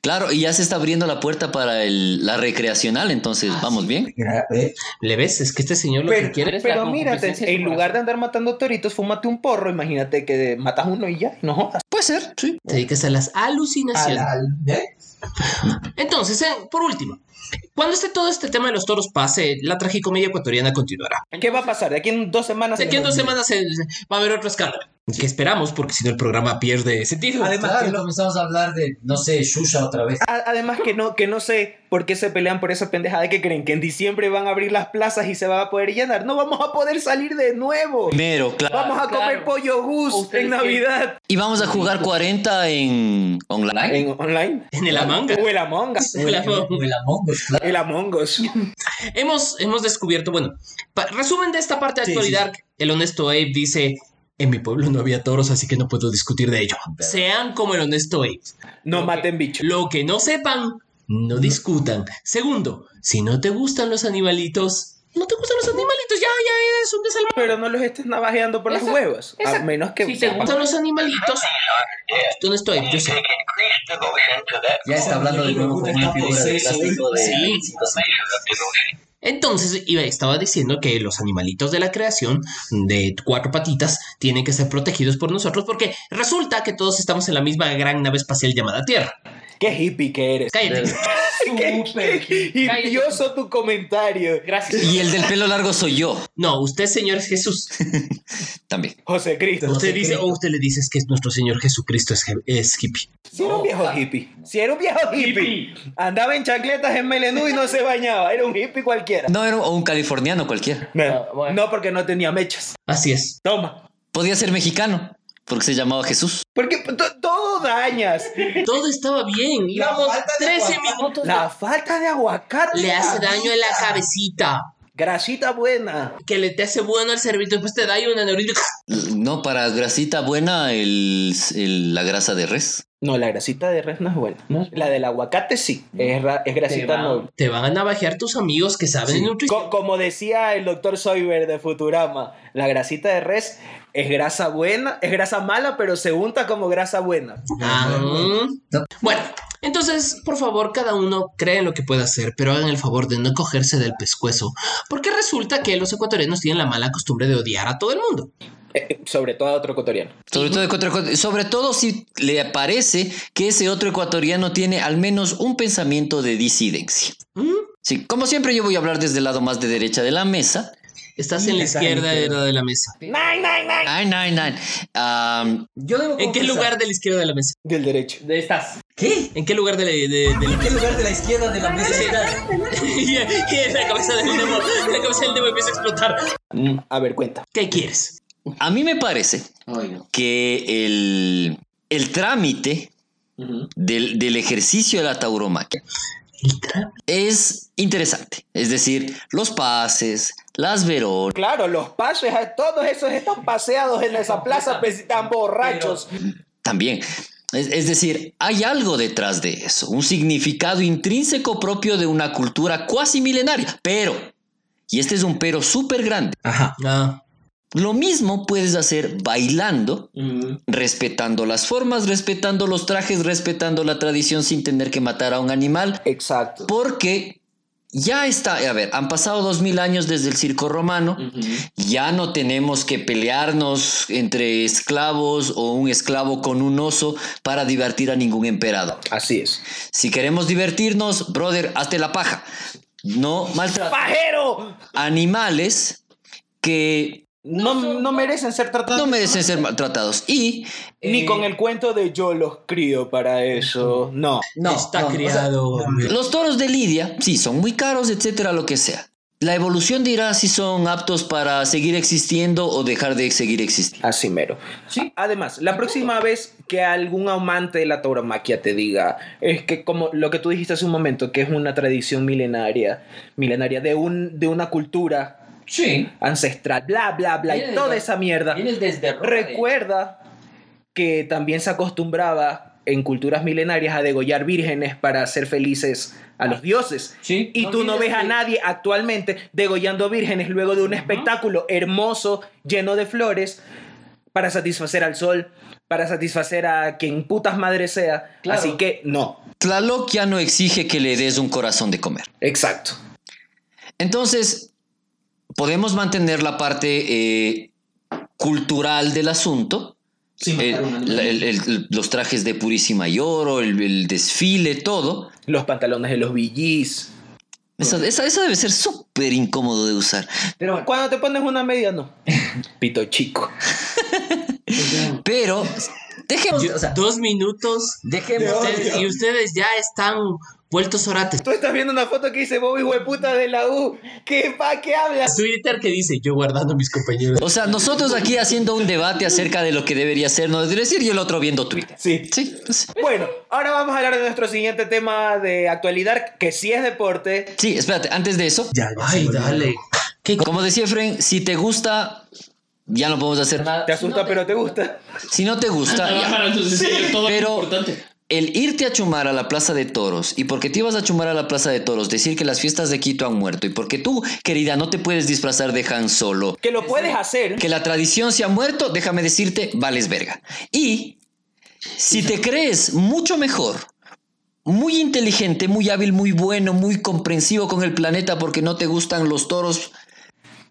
[SPEAKER 3] Claro, y ya se está abriendo la puerta para el- la recreacional, entonces
[SPEAKER 5] Ah,
[SPEAKER 3] vamos bien.
[SPEAKER 6] Mira, eh,
[SPEAKER 5] ¿Le ves? Es que este señor lo que
[SPEAKER 1] Pero,
[SPEAKER 5] quiere es
[SPEAKER 1] pero
[SPEAKER 8] la
[SPEAKER 1] mírate,
[SPEAKER 8] concupiscencia de
[SPEAKER 1] en
[SPEAKER 8] tu
[SPEAKER 1] lugar de andar matando toritos, fúmate un porro. Imagínate que matas uno y ya, no jodas.
[SPEAKER 3] Puede ser, sí.
[SPEAKER 5] te dedicas a las
[SPEAKER 6] a
[SPEAKER 5] alucinaciones.
[SPEAKER 6] la- ¿eh?
[SPEAKER 5] Entonces, eh, por último, cuando esté todo este tema de los toros pase, la tragicomedia ecuatoriana continuará.
[SPEAKER 1] ¿Qué va a pasar? De aquí en dos semanas.
[SPEAKER 5] De aquí en dos semanas eh, va a haber otro escándalo. Que esperamos, porque si no el programa pierde sentido.
[SPEAKER 6] Además,
[SPEAKER 7] Claro,
[SPEAKER 6] que
[SPEAKER 7] y
[SPEAKER 6] lo-
[SPEAKER 7] comenzamos a hablar de, no sé, Shusha otra vez.
[SPEAKER 1] A- Además que no, que no sé por qué se pelean por esa pendejada que creen que en diciembre van a abrir las plazas y se va a poder llenar. No vamos a poder salir de nuevo.
[SPEAKER 3] Primero, claro.
[SPEAKER 1] Vamos a
[SPEAKER 8] Claro.
[SPEAKER 1] comer pollo gus
[SPEAKER 8] Ustedes
[SPEAKER 1] en Navidad.
[SPEAKER 3] Y vamos a jugar 40 en online.
[SPEAKER 1] ¿En online?
[SPEAKER 5] En el Amanga.
[SPEAKER 1] O el Among Us.
[SPEAKER 5] O el Among Us.
[SPEAKER 7] O el Among Us, claro.
[SPEAKER 1] El Among Us.
[SPEAKER 5] Hemos, hemos descubierto, bueno, pa- resumen de esta parte de
[SPEAKER 6] Sí,
[SPEAKER 5] actualidad, el honesto Abe dice, en mi pueblo no había toros, así que no puedo discutir de ello. Sean como el honesto Abe.
[SPEAKER 1] No maten bicho.
[SPEAKER 5] Lo que no sepan, no discutan. Segundo, si no te gustan los animalitos, no te gustan los animalitos, ya, ya es un desalmado.
[SPEAKER 1] Pero no los estés navajeando por las
[SPEAKER 8] Exacto,
[SPEAKER 1] huevas. A
[SPEAKER 8] exacto.
[SPEAKER 1] menos que...
[SPEAKER 8] Sí, te
[SPEAKER 5] ¿Te gustan los animalitos? Honesto Abe, yo sé.
[SPEAKER 7] Ya está hablando de nuevo como una figura de plástico de
[SPEAKER 5] Sí.
[SPEAKER 7] 25 centímetros.
[SPEAKER 5] Entonces, iba- estaba diciendo que los animalitos de la creación de cuatro patitas tienen que ser protegidos por nosotros porque resulta que todos estamos en la misma gran nave espacial llamada Tierra.
[SPEAKER 1] Qué hippie que eres.
[SPEAKER 5] Cállate.
[SPEAKER 1] Qué, qué hippioso tu comentario.
[SPEAKER 8] Gracias.
[SPEAKER 3] Y el del pelo largo soy yo
[SPEAKER 5] No, usted, Señor Jesús.
[SPEAKER 3] también.
[SPEAKER 1] José Cristo.
[SPEAKER 5] Usted dice, o usted le dice es que nuestro Señor Jesucristo es, je- es hippie.
[SPEAKER 1] Si era un viejo hippie. Si era un viejo hippie. Andaba en chancletas en melenú y no se bañaba. Era un hippie cualquiera.
[SPEAKER 3] No era o un californiano cualquiera.
[SPEAKER 1] No,
[SPEAKER 8] Ah, bueno.
[SPEAKER 1] no, porque no tenía mechas.
[SPEAKER 5] Así es.
[SPEAKER 1] Toma.
[SPEAKER 3] Podía ser mexicano, porque se llamaba Jesús.
[SPEAKER 1] Porque to- todo dañas.
[SPEAKER 5] Todo estaba bien.
[SPEAKER 6] La
[SPEAKER 5] Íbamos
[SPEAKER 6] falta de
[SPEAKER 5] 13
[SPEAKER 6] guardar-
[SPEAKER 5] minutos.
[SPEAKER 1] La falta de aguacate.
[SPEAKER 5] Le hace daño en la cabecita.
[SPEAKER 1] Grasita buena.
[SPEAKER 5] Que le te hace bueno al servicio. Después te da ahí un aneurisma.
[SPEAKER 3] No, para grasita buena, el, el- la grasa de res.
[SPEAKER 1] No, la grasita de res no es buena. La del aguacate sí. Es, ra- es grasita
[SPEAKER 8] va.
[SPEAKER 1] noble.
[SPEAKER 5] Te van a navajear tus amigos que saben de nutrición.
[SPEAKER 1] Co- como decía el doctor Soyber de Futurama, la grasita de res es grasa buena, es grasa mala, pero se unta como grasa buena.
[SPEAKER 5] Ah,
[SPEAKER 7] No.
[SPEAKER 5] Bueno, entonces, por favor, cada uno cree en lo que pueda hacer, pero hagan el favor de no cogerse del pescuezo, porque resulta que los ecuatorianos tienen la mala costumbre de odiar a todo el mundo.
[SPEAKER 1] Eh, eh, sobre todo a otro ecuatoriano.
[SPEAKER 3] Sobre todo, contra- sobre todo si le parece que ese otro ecuatoriano tiene al menos un pensamiento de disidencia.
[SPEAKER 5] ¿Mm?
[SPEAKER 3] Sí, como siempre yo voy a hablar desde el lado más de derecha de la mesa.
[SPEAKER 5] Estás en la
[SPEAKER 6] Está bien,
[SPEAKER 5] izquierda de
[SPEAKER 6] pero-
[SPEAKER 5] la, de la mesa.
[SPEAKER 3] Ay, ay, ay. Am,
[SPEAKER 7] Yo debo
[SPEAKER 5] ¿En qué
[SPEAKER 7] confesar-
[SPEAKER 5] lugar de la izquierda de la mesa?
[SPEAKER 1] Del derecho.
[SPEAKER 8] De estas.
[SPEAKER 7] ¿Qué?
[SPEAKER 5] ¿En qué lugar de la, de- de la
[SPEAKER 7] ¿En qué
[SPEAKER 5] mesa?
[SPEAKER 7] lugar de la izquierda de la mesa está?
[SPEAKER 5] y, y la cabeza del demo, la cabeza del demo empieza a explotar.
[SPEAKER 1] Mm, A ver, cuenta.
[SPEAKER 5] ¿Qué quieres?
[SPEAKER 3] A mí me parece
[SPEAKER 7] Ay, no.
[SPEAKER 3] que el, el trámite del, del ejercicio de la tauromaquia es interesante. Es decir, los pases, las veronas.
[SPEAKER 1] Claro, los pases, a- todos esos están paseados en esa plaza, pues, tan borrachos.
[SPEAKER 3] También. Es, es decir, hay algo detrás de eso, un significado intrínseco propio de una cultura cuasi milenaria. Pero, y este es un pero súper grande,
[SPEAKER 5] Ajá. Ah,
[SPEAKER 3] lo mismo puedes hacer bailando,
[SPEAKER 5] Mm,
[SPEAKER 3] respetando las formas, respetando los trajes, respetando la tradición sin tener que matar a un animal,
[SPEAKER 1] Exacto.
[SPEAKER 3] porque ya está, a ver, han pasado dos mil años desde el circo romano, ya no tenemos que pelearnos entre esclavos o un esclavo con un oso para divertir a ningún emperador.
[SPEAKER 1] Así es.
[SPEAKER 3] Si queremos divertirnos, brother, hazte la paja. No maltratar
[SPEAKER 1] ¡Pajero!
[SPEAKER 3] animales que
[SPEAKER 1] No, no eh. merecen ser
[SPEAKER 3] no
[SPEAKER 1] tratados.
[SPEAKER 3] merecen ser maltratados. Y
[SPEAKER 1] Ni con el cuento de yo los crío para eso. No.
[SPEAKER 7] No,
[SPEAKER 5] está
[SPEAKER 7] no, o sea,
[SPEAKER 5] criado. hombre.
[SPEAKER 3] Los toros de lidia, sí, son muy caros, etcétera, lo que sea. La evolución dirá si son aptos para seguir existiendo o dejar de seguir existiendo.
[SPEAKER 1] Así mero. Además, la próxima vez que algún amante de la tauromaquia te diga, es que como lo que tú dijiste hace un momento, que es una tradición milenaria, milenaria de, un, de una cultura
[SPEAKER 7] Sí.
[SPEAKER 1] ancestral, bla, bla, bla,
[SPEAKER 7] Viene
[SPEAKER 1] y
[SPEAKER 7] de
[SPEAKER 1] toda
[SPEAKER 7] la-
[SPEAKER 1] esa mierda.
[SPEAKER 7] Vienes desde Roma, de-
[SPEAKER 1] Recuerda que también se acostumbraba en culturas milenarias a degollar vírgenes para hacer felices a los dioses.
[SPEAKER 7] Sí.
[SPEAKER 1] Y tú no
[SPEAKER 7] vienes
[SPEAKER 1] ves a
[SPEAKER 7] de-
[SPEAKER 1] nadie actualmente degollando vírgenes luego de un espectáculo hermoso, lleno de flores, para satisfacer al sol, para satisfacer a quien putas madre sea.
[SPEAKER 7] Claro.
[SPEAKER 1] Así que no.
[SPEAKER 3] Tlaloc ya no exige que le des un corazón de comer.
[SPEAKER 1] Exacto.
[SPEAKER 3] Entonces, podemos mantener la parte eh, cultural del asunto. El- la- el- el- los trajes de purísima y oro, el, el desfile, todo.
[SPEAKER 1] Los pantalones de los VGs.
[SPEAKER 3] Esa, esa- esa debe ser súper incómodo de usar.
[SPEAKER 1] Pero cuando te pones una media, no. Pito chico.
[SPEAKER 3] Pero dejemos.
[SPEAKER 7] o sea,
[SPEAKER 5] Dos minutos
[SPEAKER 7] Dejemos
[SPEAKER 5] ustedes- y ustedes ya están vueltos orates.
[SPEAKER 1] Tú estás viendo una foto que dice Bobby hueputa de la U. ¿Qué pa qué hablas?
[SPEAKER 5] Twitter que dice yo guardando a mis compañeros.
[SPEAKER 3] O sea, nosotros aquí haciendo un debate acerca de lo que debería ser, no debería decir, y el otro viendo Twitter.
[SPEAKER 1] Sí.
[SPEAKER 3] Sí, sí.
[SPEAKER 1] Bueno, ahora vamos a hablar de nuestro siguiente tema de actualidad, que sí es deporte.
[SPEAKER 3] Sí, espérate, antes de eso,
[SPEAKER 5] Ay, dale. ¿Qué
[SPEAKER 3] como decía Efren, si te gusta, ya no podemos hacer nada.
[SPEAKER 1] Te asusta, pero te gusta.
[SPEAKER 3] Si no te gusta,
[SPEAKER 8] Ah,
[SPEAKER 3] ya.
[SPEAKER 8] para entonces, sí, todo es
[SPEAKER 3] Pero-
[SPEAKER 8] importante.
[SPEAKER 3] El irte a chumar a la Plaza de Toros y porque te ibas a chumar a la Plaza de Toros, decir que las fiestas de Quito han muerto y porque tú, querida, no te puedes disfrazar de Han Solo,
[SPEAKER 1] Que lo puedes hacer.
[SPEAKER 3] que la tradición se ha muerto, déjame decirte, vales verga. Y si te crees mucho mejor, muy inteligente, muy hábil, muy bueno, muy comprensivo con el planeta porque no te gustan los toros,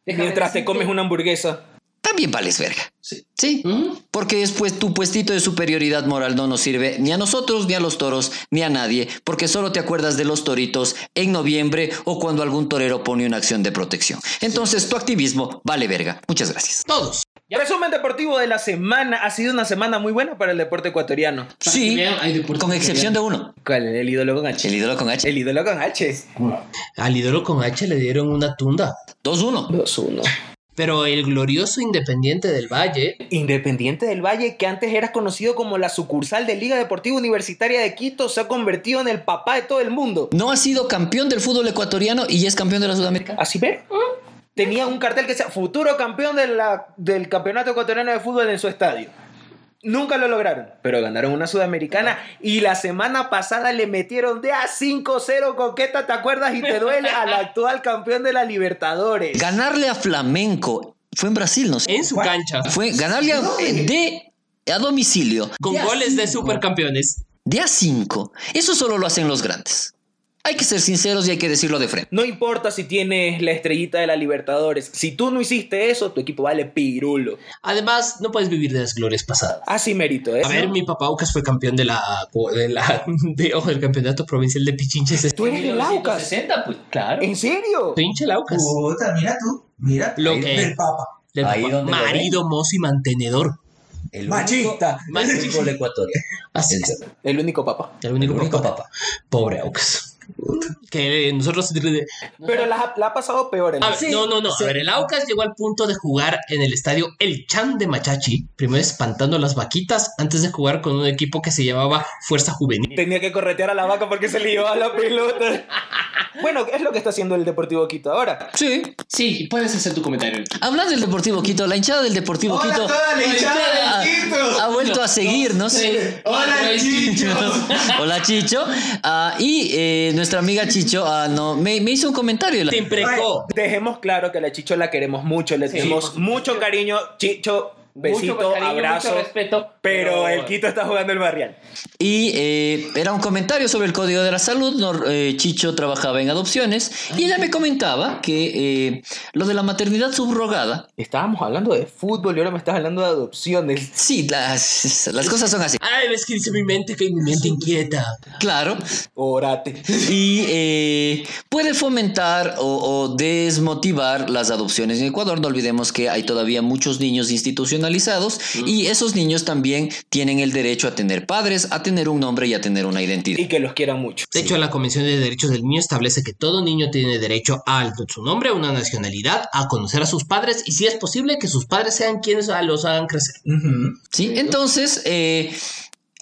[SPEAKER 7] déjame
[SPEAKER 1] Mientras te
[SPEAKER 7] decirte-
[SPEAKER 1] comes una hamburguesa.
[SPEAKER 3] también vales verga. Sí.
[SPEAKER 8] ¿Mm?
[SPEAKER 3] Porque después tu puestito de superioridad moral no nos sirve ni a nosotros, ni a los toros, ni a nadie, porque solo te acuerdas de los toritos en noviembre o cuando algún torero pone una acción de protección. Entonces tu activismo vale verga. Muchas gracias.
[SPEAKER 5] Todos.
[SPEAKER 1] Resumen deportivo de la semana. Ha sido una semana muy buena para el deporte ecuatoriano.
[SPEAKER 3] Sí,
[SPEAKER 8] vean, hay deportes
[SPEAKER 3] con
[SPEAKER 8] que
[SPEAKER 3] excepción de uno,
[SPEAKER 1] ¿Cuál? El ídolo con
[SPEAKER 3] el
[SPEAKER 1] H.
[SPEAKER 3] ídolo con H.
[SPEAKER 1] El ídolo con H.
[SPEAKER 5] Al ídolo con H le dieron una tunda.
[SPEAKER 3] 2-1.
[SPEAKER 1] 2-1.
[SPEAKER 5] Pero el glorioso Independiente del Valle
[SPEAKER 1] Independiente del Valle, que antes era conocido como la sucursal de Liga Deportiva Universitaria de Quito, se ha convertido en el papá de todo el mundo.
[SPEAKER 3] No ha sido campeón del fútbol ecuatoriano y es campeón de la Sudamérica.
[SPEAKER 1] ¿Así ve? Tenía un cartel que decía futuro campeón de la- del campeonato ecuatoriano de fútbol en su estadio. Nunca lo lograron, pero ganaron una sudamericana y la semana pasada le metieron de a 5-0 coqueta, ¿te acuerdas? Y te duele al actual campeón de la Libertadores.
[SPEAKER 3] Ganarle a Flamenco fue en Brasil, no sé.
[SPEAKER 5] en su cancha
[SPEAKER 3] Fue ganarle a, de, a domicilio
[SPEAKER 5] con goles de supercampeones.
[SPEAKER 3] De A5, eso solo lo hacen los grandes. Hay que ser sinceros y hay que decirlo de frente.
[SPEAKER 1] No importa si tienes la estrellita de la Libertadores, si tú no hiciste eso, tu equipo vale pirulo.
[SPEAKER 5] Además, no puedes vivir de las glorias pasadas.
[SPEAKER 1] Así mérito, ¿eh?
[SPEAKER 5] A ver, mi papá Aucas fue campeón de la, de la de- ojo, del campeonato provincial de Pichinches.
[SPEAKER 1] Tú eres del Aucas.
[SPEAKER 8] 1960, pues claro.
[SPEAKER 1] ¿En serio?
[SPEAKER 5] Pinche el Aucas.
[SPEAKER 6] Puta, mira tú, mira tú,
[SPEAKER 5] Lo
[SPEAKER 6] ahí
[SPEAKER 5] que-
[SPEAKER 6] del papa.
[SPEAKER 5] Del
[SPEAKER 7] Ahí
[SPEAKER 5] papá.
[SPEAKER 7] donde lo
[SPEAKER 5] Marido, mozo y mantenedor.
[SPEAKER 7] El
[SPEAKER 6] Machista.
[SPEAKER 7] único del fútbol ecuatoriano.
[SPEAKER 5] Así
[SPEAKER 7] El,
[SPEAKER 5] es.
[SPEAKER 1] El único papá.
[SPEAKER 5] El único,
[SPEAKER 7] único
[SPEAKER 5] papá.
[SPEAKER 7] papá.
[SPEAKER 5] Pobre Aucas. que nosotros...
[SPEAKER 1] Pero la, la ha pasado peor. el-
[SPEAKER 5] A ver,
[SPEAKER 7] Sí,
[SPEAKER 5] no, no, no.
[SPEAKER 7] sí.
[SPEAKER 5] A ver, el Aucas llegó al punto de jugar en el estadio El Chan de Machachi, primero espantando a las vaquitas antes de jugar con un equipo que se llamaba Fuerza Juvenil.
[SPEAKER 1] Tenía que corretear a la vaca porque se le llevaba la pelota. Bueno, es lo que está haciendo el Deportivo Quito ahora.
[SPEAKER 3] Sí.
[SPEAKER 8] Sí, puedes hacer tu comentario.
[SPEAKER 3] Hablas del Deportivo Quito, la hinchada del Deportivo
[SPEAKER 6] Hola,
[SPEAKER 3] Quito
[SPEAKER 6] toda la hinchada del
[SPEAKER 3] ha-
[SPEAKER 6] Quito.
[SPEAKER 3] ha, vuelto a seguirnos.
[SPEAKER 6] Hola, chichos.
[SPEAKER 3] Hola Chicho. Ah, y eh, nuestra amiga Chicho ah, no, me, me hizo un comentario.
[SPEAKER 5] Te imprecó.
[SPEAKER 1] Dejemos claro que a la Chicho la queremos mucho, le tenemos mucho cariño. Chicho, besito,
[SPEAKER 8] Mucho cariño,
[SPEAKER 1] abrazo.
[SPEAKER 8] mucho respeto.
[SPEAKER 1] pero el Quito está jugando el barrial.
[SPEAKER 3] Y eh, era un comentario sobre el Código de la Salud. no- eh, Chicho trabajaba en adopciones y ella me comentaba que eh, lo de la maternidad subrogada,
[SPEAKER 1] Estábamos hablando de fútbol y ahora me estás hablando de adopciones.
[SPEAKER 3] sí, las, las cosas son así,
[SPEAKER 5] Ay, ves que dice mi mente que mi mente inquieta.
[SPEAKER 3] claro,
[SPEAKER 1] Orate.
[SPEAKER 3] y eh, puede fomentar o, o desmotivar las adopciones en Ecuador. No olvidemos que hay todavía muchos niños institucionalizados y esos niños también tienen el derecho a tener padres, a tener un nombre y a tener una identidad.
[SPEAKER 1] Y que los quieran mucho.
[SPEAKER 5] De hecho, la Convención de Derechos del Niño establece que todo niño tiene derecho a su nombre, a una nacionalidad, a conocer a sus padres y si es posible que sus padres sean quienes a- los hagan crecer.
[SPEAKER 3] ¿sí? Entonces, eh,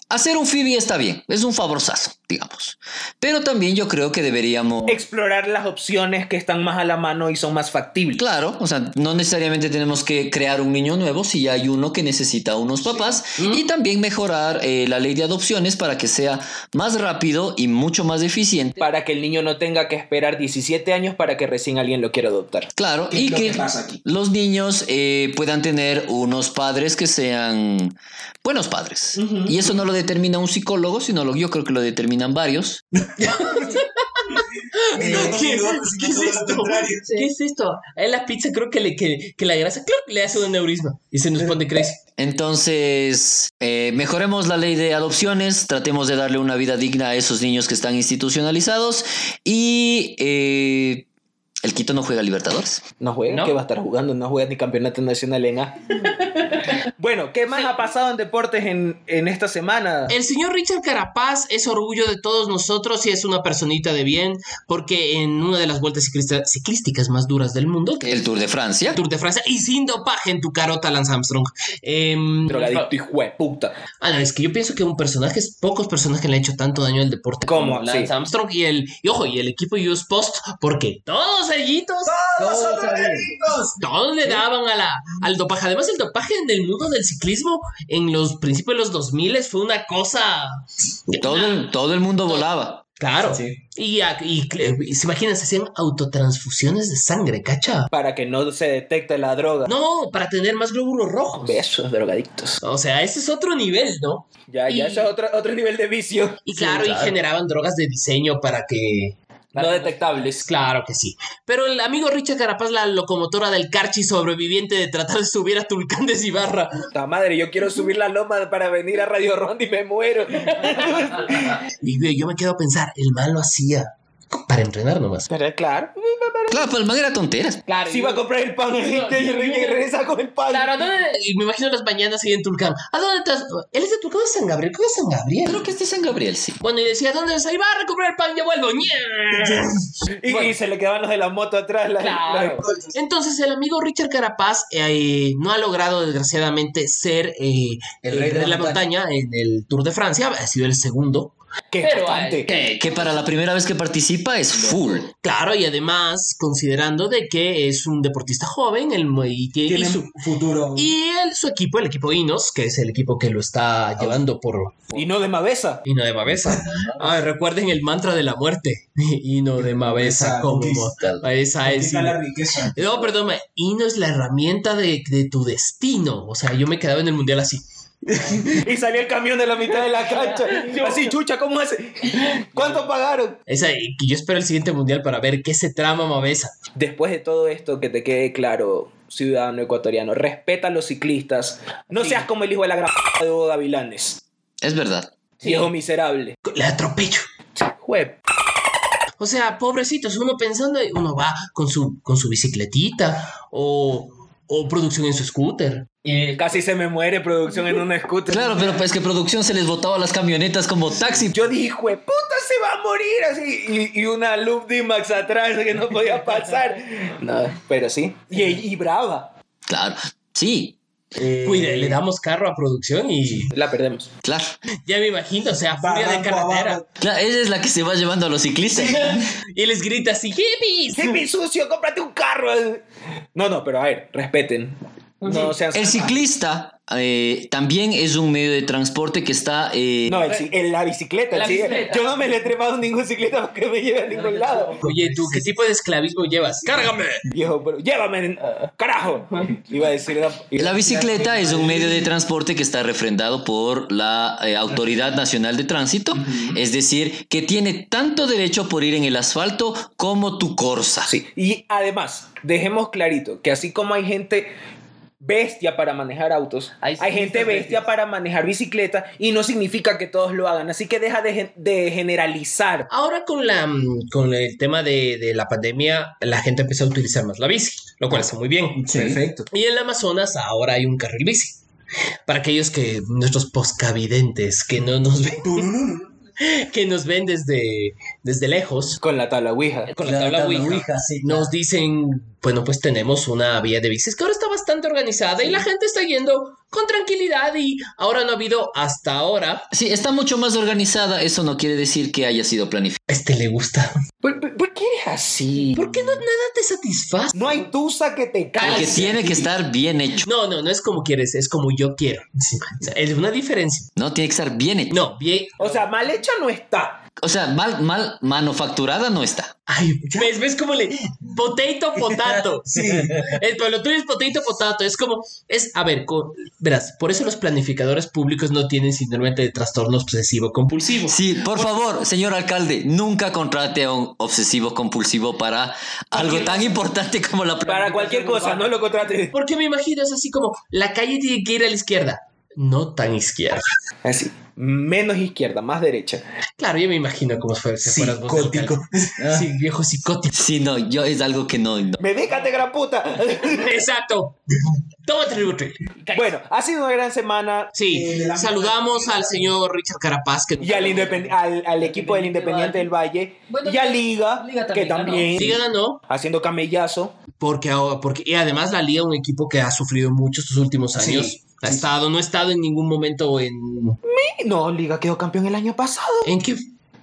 [SPEAKER 3] hacer un FIBI está bien, es un favorzazo, digamos. Pero también yo creo que deberíamos...
[SPEAKER 1] Explorar las opciones que están más a la mano y son más factibles.
[SPEAKER 3] Claro, o sea, no necesariamente tenemos que crear un niño nuevo si ya hay uno que necesita unos papás y también mejorar eh, la ley de adopciones para que sea más rápido y mucho más eficiente.
[SPEAKER 1] Para que el niño no tenga que esperar 17 años para que recién alguien lo quiera adoptar.
[SPEAKER 3] Claro,
[SPEAKER 6] ¿Qué es
[SPEAKER 3] y
[SPEAKER 6] lo
[SPEAKER 3] que
[SPEAKER 6] que pasa aquí?
[SPEAKER 3] los niños eh, puedan tener unos padres que sean buenos padres. Y eso no lo determina un psicólogo, sino lo, yo creo que lo determinan varios.
[SPEAKER 5] ¿Qué, qué es esto? ¿Qué es esto? A la pizza creo que, le, que, que la grasa ¡clac! le hace un aneurisma y se nos pone crazy.
[SPEAKER 3] Entonces, eh, mejoremos la ley de adopciones, tratemos de darle una vida digna a esos niños que están institucionalizados y eh, el Quito no juega Libertadores.
[SPEAKER 1] No juega,
[SPEAKER 5] ¿No?
[SPEAKER 1] ¿qué va a estar jugando? No juega ni campeonato nacional en A. bueno, ¿qué más ha pasado en deportes en, en esta semana?
[SPEAKER 5] El señor Richard Carapaz es orgullo de todos nosotros y es una personita de bien porque en una de las vueltas ciclista- ciclísticas más duras del mundo, que
[SPEAKER 3] El
[SPEAKER 5] el
[SPEAKER 3] Tour de Francia.
[SPEAKER 5] Tour de Francia, y sin dopaje en tu carota, Lance Armstrong. Em,
[SPEAKER 1] Drogadicto hijo de puta.
[SPEAKER 5] Ah, no, es que yo pienso que un personaje, pocos personajes le han hecho tanto daño al deporte
[SPEAKER 1] ¿Cómo?
[SPEAKER 5] Lance
[SPEAKER 1] Sí.
[SPEAKER 5] Armstrong y el, y ojo, y el equipo US Post, porque todos sellitos,
[SPEAKER 6] Todos son
[SPEAKER 7] Todos saben.
[SPEAKER 6] drogadictos.
[SPEAKER 5] todos le daban a la, al dopaje. Además, el dopaje en el mundo del ciclismo en los principios de los 2000 fue una cosa.
[SPEAKER 3] Todo el, todo el mundo volaba.
[SPEAKER 5] Claro. Y, a- y, y se imaginan, se hacían autotransfusiones de sangre, cacha.
[SPEAKER 1] Para que no se detecte la droga.
[SPEAKER 5] No, para tener más glóbulos rojos.
[SPEAKER 1] Besos drogadictos.
[SPEAKER 5] O sea, ese es otro nivel, ¿no?
[SPEAKER 1] Ya,
[SPEAKER 5] Y-
[SPEAKER 1] ya, ese es otro, otro nivel de vicio.
[SPEAKER 5] Y claro, y generaban drogas de diseño para que pues,
[SPEAKER 1] No detectables.
[SPEAKER 5] Claro que sí. Pero el amigo Richard Carapaz, la locomotora del Carchi sobreviviente de tratar de subir a Tulcán de Cibarra,
[SPEAKER 1] Puta madre, yo quiero subir la loma para venir a Radio Ronda y me muero.
[SPEAKER 5] y yo- yo me quedo a pensar, el mal lo hacía para entrenar nomás.
[SPEAKER 1] Pero claro,
[SPEAKER 3] Claro, Palman era tonteras.
[SPEAKER 8] Claro.
[SPEAKER 1] si va a comprar el pan y regresa con el pan.
[SPEAKER 8] Claro, ¿dónde?
[SPEAKER 5] Y me imagino las mañanas ahí en Tulcán. ¿A dónde estás? Él es de Tulcán o de San Gabriel. ¿Cómo es San Gabriel?
[SPEAKER 3] Creo que este es San Gabriel, sí.
[SPEAKER 5] Bueno, y decía, ¿dónde vas? Ahí va a comprar el pan, ya vuelvo. ¡Ñe!
[SPEAKER 1] Y, y se le quedaban los de la moto atrás. la-
[SPEAKER 8] Claro.
[SPEAKER 5] Entonces, el amigo Richard Carapaz eh, no ha logrado, desgraciadamente, ser eh,
[SPEAKER 7] El rey de la
[SPEAKER 5] montaña. en el Tour de Francia. Ha sido el segundo.
[SPEAKER 1] la- que es
[SPEAKER 8] Pero,
[SPEAKER 1] bastante.
[SPEAKER 8] ay, ¿qué?
[SPEAKER 3] Que para la primera vez que participa es full.
[SPEAKER 5] Claro, y además, considerando de que es un deportista joven, el, mo- y, que- y
[SPEAKER 6] Tienen
[SPEAKER 5] su,
[SPEAKER 6] futuro.
[SPEAKER 5] y el- su equipo, el equipo Inos, que es el equipo que lo está llevando por
[SPEAKER 1] Y no de Mabeza.
[SPEAKER 5] Ino de Mavesa. Ay, recuerden el mantra de la muerte. Ino de Mavesa,
[SPEAKER 6] Mavesa,
[SPEAKER 5] como
[SPEAKER 7] conquista.
[SPEAKER 5] esa es.
[SPEAKER 6] Conquista la riqueza.
[SPEAKER 5] No, perdón, Ino es la herramienta de, de tu destino. O sea, yo me quedaba en el mundial así.
[SPEAKER 1] Y salió el camión de la mitad de la cancha. Así, chucha, ¿cómo hace? ¿Cuánto pagaron?
[SPEAKER 5] Esa, y que yo espero el siguiente mundial para ver qué se trama Mavesa.
[SPEAKER 1] Después de todo esto, que te quede claro, ciudadano ecuatoriano, respeta a los ciclistas. No seas como el hijo de la gran de Hugo Gavilanes.
[SPEAKER 3] Es verdad.
[SPEAKER 1] Viejo miserable.
[SPEAKER 5] Le atropello.
[SPEAKER 1] Jue-
[SPEAKER 5] O sea, pobrecitos, uno pensando, uno va con su, con su bicicletita o, o producción en su scooter. eh,
[SPEAKER 1] Y casi se me muere producción en un scooter.
[SPEAKER 3] Claro, pero pues que producción se les botaba las camionetas como taxi.
[SPEAKER 1] Yo dije, "Jue puta, se va a morir así. Y, y una loop de Max atrás que no podía pasar. No, pero sí. Y, y brava.
[SPEAKER 3] Claro, sí,
[SPEAKER 5] Cuide, le damos carro a producción y
[SPEAKER 1] La perdemos.
[SPEAKER 3] claro.
[SPEAKER 5] ya me imagino, o sea, furia de
[SPEAKER 6] Barranco
[SPEAKER 5] carretera.
[SPEAKER 6] abajo.
[SPEAKER 3] Claro, ella es la que se va llevando a los ciclistas.
[SPEAKER 5] Y les grita así, hippies.
[SPEAKER 1] mi sucio, cómprate un carro. No, no, pero a ver, respeten. No sean.
[SPEAKER 3] El ciclista eh, también es un medio de transporte que está... eh,
[SPEAKER 1] No, el ci- el- la bicicleta. el
[SPEAKER 8] La
[SPEAKER 1] ci-
[SPEAKER 8] bicicleta.
[SPEAKER 1] Yo no me le he trepado a ningún cicleta porque me lleve a ningún lado.
[SPEAKER 5] Oye, tú, ¿qué tipo de esclavismo llevas? ¡Cárgame!
[SPEAKER 1] Viejo, pero llévame, carajo. Iba a decir. una-
[SPEAKER 3] La bicicleta es un medio de transporte que está refrendado por la eh, Autoridad Nacional de Tránsito, es decir, que tiene tanto derecho por ir en el asfalto como tu Corsa.
[SPEAKER 1] Sí. Y además, dejemos clarito que así como hay gente bestia para manejar autos, hay,
[SPEAKER 8] Hay
[SPEAKER 1] gente
[SPEAKER 8] ciclistas
[SPEAKER 1] bestia
[SPEAKER 8] bestias.
[SPEAKER 1] para manejar bicicleta y no significa que todos lo hagan. Así que deja de, gen- de generalizar.
[SPEAKER 5] Ahora con, la, mm, con el tema de, de la pandemia, la gente empezó a utilizar más la bici, lo cual está muy bien.
[SPEAKER 6] Perfecto.
[SPEAKER 5] Y en el Amazonas ahora hay un carril bici. Para aquellos que, nuestros poscavidentes, que no nos ven, que nos ven desde, desde lejos,
[SPEAKER 1] Con la tabla Ouija.
[SPEAKER 5] con la tabla Ouija,
[SPEAKER 7] sí, claro.
[SPEAKER 5] nos dicen, bueno, pues tenemos una vía de bicis que ahora está bastante organizada y la gente está yendo con tranquilidad y ahora no ha habido hasta ahora.
[SPEAKER 3] Sí, está mucho más organizada, eso no quiere decir que haya sido planificado.
[SPEAKER 5] A Este le gusta.
[SPEAKER 1] ¿Por, por- por qué eres así?
[SPEAKER 5] ¿Por qué no nada te satisface?
[SPEAKER 1] No hay tusa que te
[SPEAKER 3] Porque
[SPEAKER 1] calce.
[SPEAKER 3] tiene que estar bien hecho,
[SPEAKER 5] No, no, no es como quieres, es como yo quiero. O sea, Es una diferencia.
[SPEAKER 3] ¿no? Tiene que estar bien hecho.
[SPEAKER 5] No, bien.
[SPEAKER 1] O sea, mal hecha no está.
[SPEAKER 3] O sea, mal, mal manufacturada no está.
[SPEAKER 5] Ay, ¿ves, ves cómo le. Potato, potato.
[SPEAKER 6] Sí.
[SPEAKER 5] El lo tuyo es potato, potato. Es como. Es, a ver, co- verás, por eso los planificadores públicos no tienen síndrome de trastorno obsesivo compulsivo.
[SPEAKER 3] Sí, por favor, señor alcalde, nunca contrate a un obsesivo compulsivo para algo tan importante como la
[SPEAKER 1] Para cualquier cosa, no lo contrates.
[SPEAKER 5] Porque me imagino, es así como la calle tiene que ir a la izquierda. No tan izquierda.
[SPEAKER 1] Así. Menos izquierda, más derecha.
[SPEAKER 5] Claro, yo me imagino cómo fue, si fueras vos del
[SPEAKER 6] Psicótico.
[SPEAKER 5] alcalde. Sí, viejo psicótico.
[SPEAKER 3] Sí, no, yo es algo que no- no.
[SPEAKER 1] Medícate, gran puta.
[SPEAKER 5] Exacto. Tómate el Rivotril.
[SPEAKER 1] bueno, ha sido una gran semana.
[SPEAKER 5] Sí, saludamos al señor Richard Carapaz que
[SPEAKER 1] Y al, independ- al, al equipo del Independiente del Valle.
[SPEAKER 8] Bueno,
[SPEAKER 1] y a Liga,
[SPEAKER 8] Liga
[SPEAKER 1] que
[SPEAKER 8] también
[SPEAKER 1] también
[SPEAKER 5] Liga ganó
[SPEAKER 1] haciendo camellazo.
[SPEAKER 5] porque, ahora- porque y además la Liga un equipo que ha sufrido mucho estos últimos
[SPEAKER 6] Sí,
[SPEAKER 5] años.
[SPEAKER 6] sí,
[SPEAKER 5] ha estado, no ha estado en ningún momento en
[SPEAKER 1] Y no, Liga quedó campeón el año pasado.
[SPEAKER 5] en qué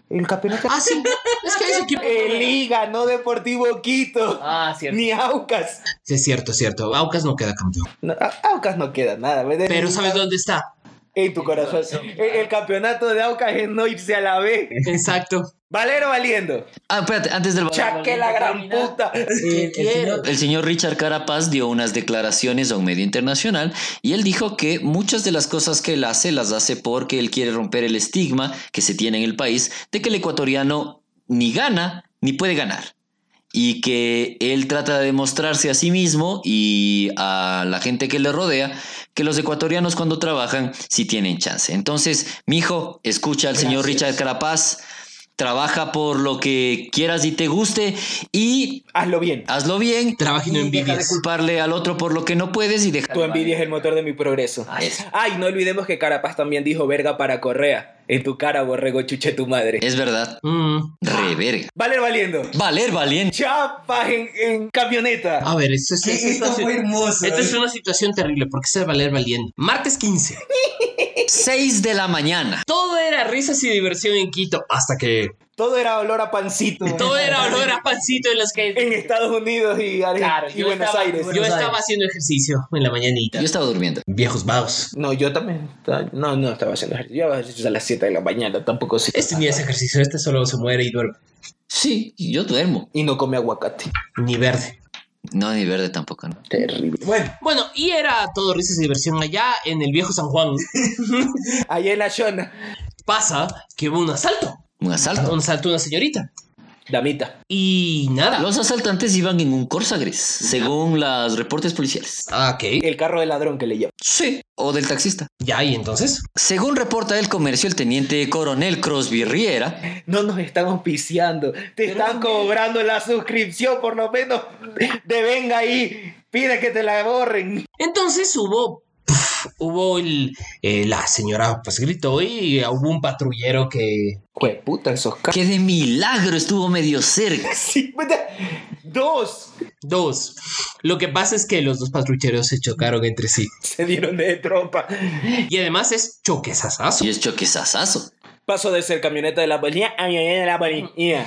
[SPEAKER 1] El campeonato.
[SPEAKER 5] Ah, sí. Es que ese equipo
[SPEAKER 1] El Liga, no Deportivo Quito.
[SPEAKER 8] Ah, cierto.
[SPEAKER 1] Ni Aucas.
[SPEAKER 5] Sí, es cierto, es cierto. Aucas no queda campeón.
[SPEAKER 1] No, A- Aucas no queda nada. ¿ves?
[SPEAKER 5] Pero ¿sabes dónde está?
[SPEAKER 1] En tu corazón. El, el campeonato de Aucas es no irse a la B.
[SPEAKER 5] Exacto.
[SPEAKER 1] Valero valiendo.
[SPEAKER 3] Ah, espérate, antes del
[SPEAKER 1] Chaque la gran puta.
[SPEAKER 5] Eh,
[SPEAKER 7] El- el señor-
[SPEAKER 3] El señor Richard Carapaz dio unas declaraciones a un medio internacional y él dijo que muchas de las cosas que él hace las hace porque él quiere romper el estigma que se tiene en el país de que el ecuatoriano ni gana ni puede ganar y que él trata de demostrarse a sí mismo y a la gente que le rodea que los ecuatorianos cuando trabajan sí tienen chance. Entonces, mijo, escucha al señor Richard Carapaz, trabaja por lo que quieras y te guste y
[SPEAKER 1] Hazlo bien.
[SPEAKER 3] hazlo bien
[SPEAKER 5] Trabaja y no
[SPEAKER 7] Y deja de
[SPEAKER 5] envidies.
[SPEAKER 3] culparle al otro por lo que no puedes y dejar.
[SPEAKER 1] Tu envidia es el motor de mi progreso. Ay, no olvidemos que Carapaz también dijo verga para Correa. En tu cara, borrego, chuche tu madre.
[SPEAKER 3] Es verdad.
[SPEAKER 5] Mm.
[SPEAKER 3] Reverga.
[SPEAKER 1] Valero valiendo.
[SPEAKER 3] Valer valiente.
[SPEAKER 1] Chapas en, en camioneta.
[SPEAKER 5] A ver, esto es,
[SPEAKER 6] Qué
[SPEAKER 5] esto es
[SPEAKER 6] grito
[SPEAKER 5] una,
[SPEAKER 6] fue
[SPEAKER 5] si-
[SPEAKER 6] hermoso.
[SPEAKER 5] esta es una situación terrible porque se valer valiente. Martes 15.
[SPEAKER 3] 6 de la mañana.
[SPEAKER 5] Todo era risas y diversión en Quito hasta que
[SPEAKER 1] Todo era olor a pancito.
[SPEAKER 5] todo era olor a pancito en las
[SPEAKER 1] En
[SPEAKER 5] calles.
[SPEAKER 1] Estados Unidos y, Argen-
[SPEAKER 8] Claro,
[SPEAKER 1] y
[SPEAKER 8] yo
[SPEAKER 1] Buenos
[SPEAKER 8] estaba-
[SPEAKER 1] Aires.
[SPEAKER 5] Yo
[SPEAKER 8] Buenos
[SPEAKER 5] estaba haciendo ejercicio en la mañanita.
[SPEAKER 3] Yo estaba durmiendo.
[SPEAKER 5] Viejos vagos.
[SPEAKER 1] No, yo también. estaba- No, no estaba haciendo ejercicio. Yo estaba haciendo a las 7 de la mañana, tampoco sí.
[SPEAKER 5] Este ni hace ejercicio, este solo se muere y duerme.
[SPEAKER 3] Sí, yo duermo.
[SPEAKER 1] Y no come aguacate.
[SPEAKER 5] Ni verde.
[SPEAKER 3] No, ni verde tampoco, ¿no?
[SPEAKER 1] Terrible.
[SPEAKER 6] Bueno,
[SPEAKER 5] Bueno, y era todo risas y diversión allá en el viejo San Juan.
[SPEAKER 1] Allá en la zona.
[SPEAKER 5] Pasa que hubo un asalto.
[SPEAKER 3] Un asalto.
[SPEAKER 5] Un asalto a una señorita.
[SPEAKER 1] Damita.
[SPEAKER 5] Y nada.
[SPEAKER 3] Los asaltantes iban en un Corsa gris, según los reportes policiales.
[SPEAKER 5] Ah, ok.
[SPEAKER 1] El carro de ladrón que le lleva.
[SPEAKER 3] Sí, o del taxista.
[SPEAKER 5] Ya, y entonces.
[SPEAKER 3] Según reporta el comercio, el teniente coronel Crosby Riera,
[SPEAKER 1] No nos están auspiciando. Te están cobrando la suscripción, por lo menos. De venga ahí. Pide que te la borren.
[SPEAKER 5] Entonces hubo. pf, hubo el. eh, la señora pues gritó y hubo un patrullero que.
[SPEAKER 1] Jue puta, esos carros.
[SPEAKER 3] que de milagro estuvo medio cerca.
[SPEAKER 1] Sí, puta. Dos
[SPEAKER 5] Dos. Lo que pasa es que los dos patrulleros se chocaron entre sí.
[SPEAKER 1] se dieron de trompa.
[SPEAKER 5] Y además es choque sasazo.
[SPEAKER 3] Y es choque sasazo.
[SPEAKER 1] Paso de ser camioneta de la policía a camioneta de la policía.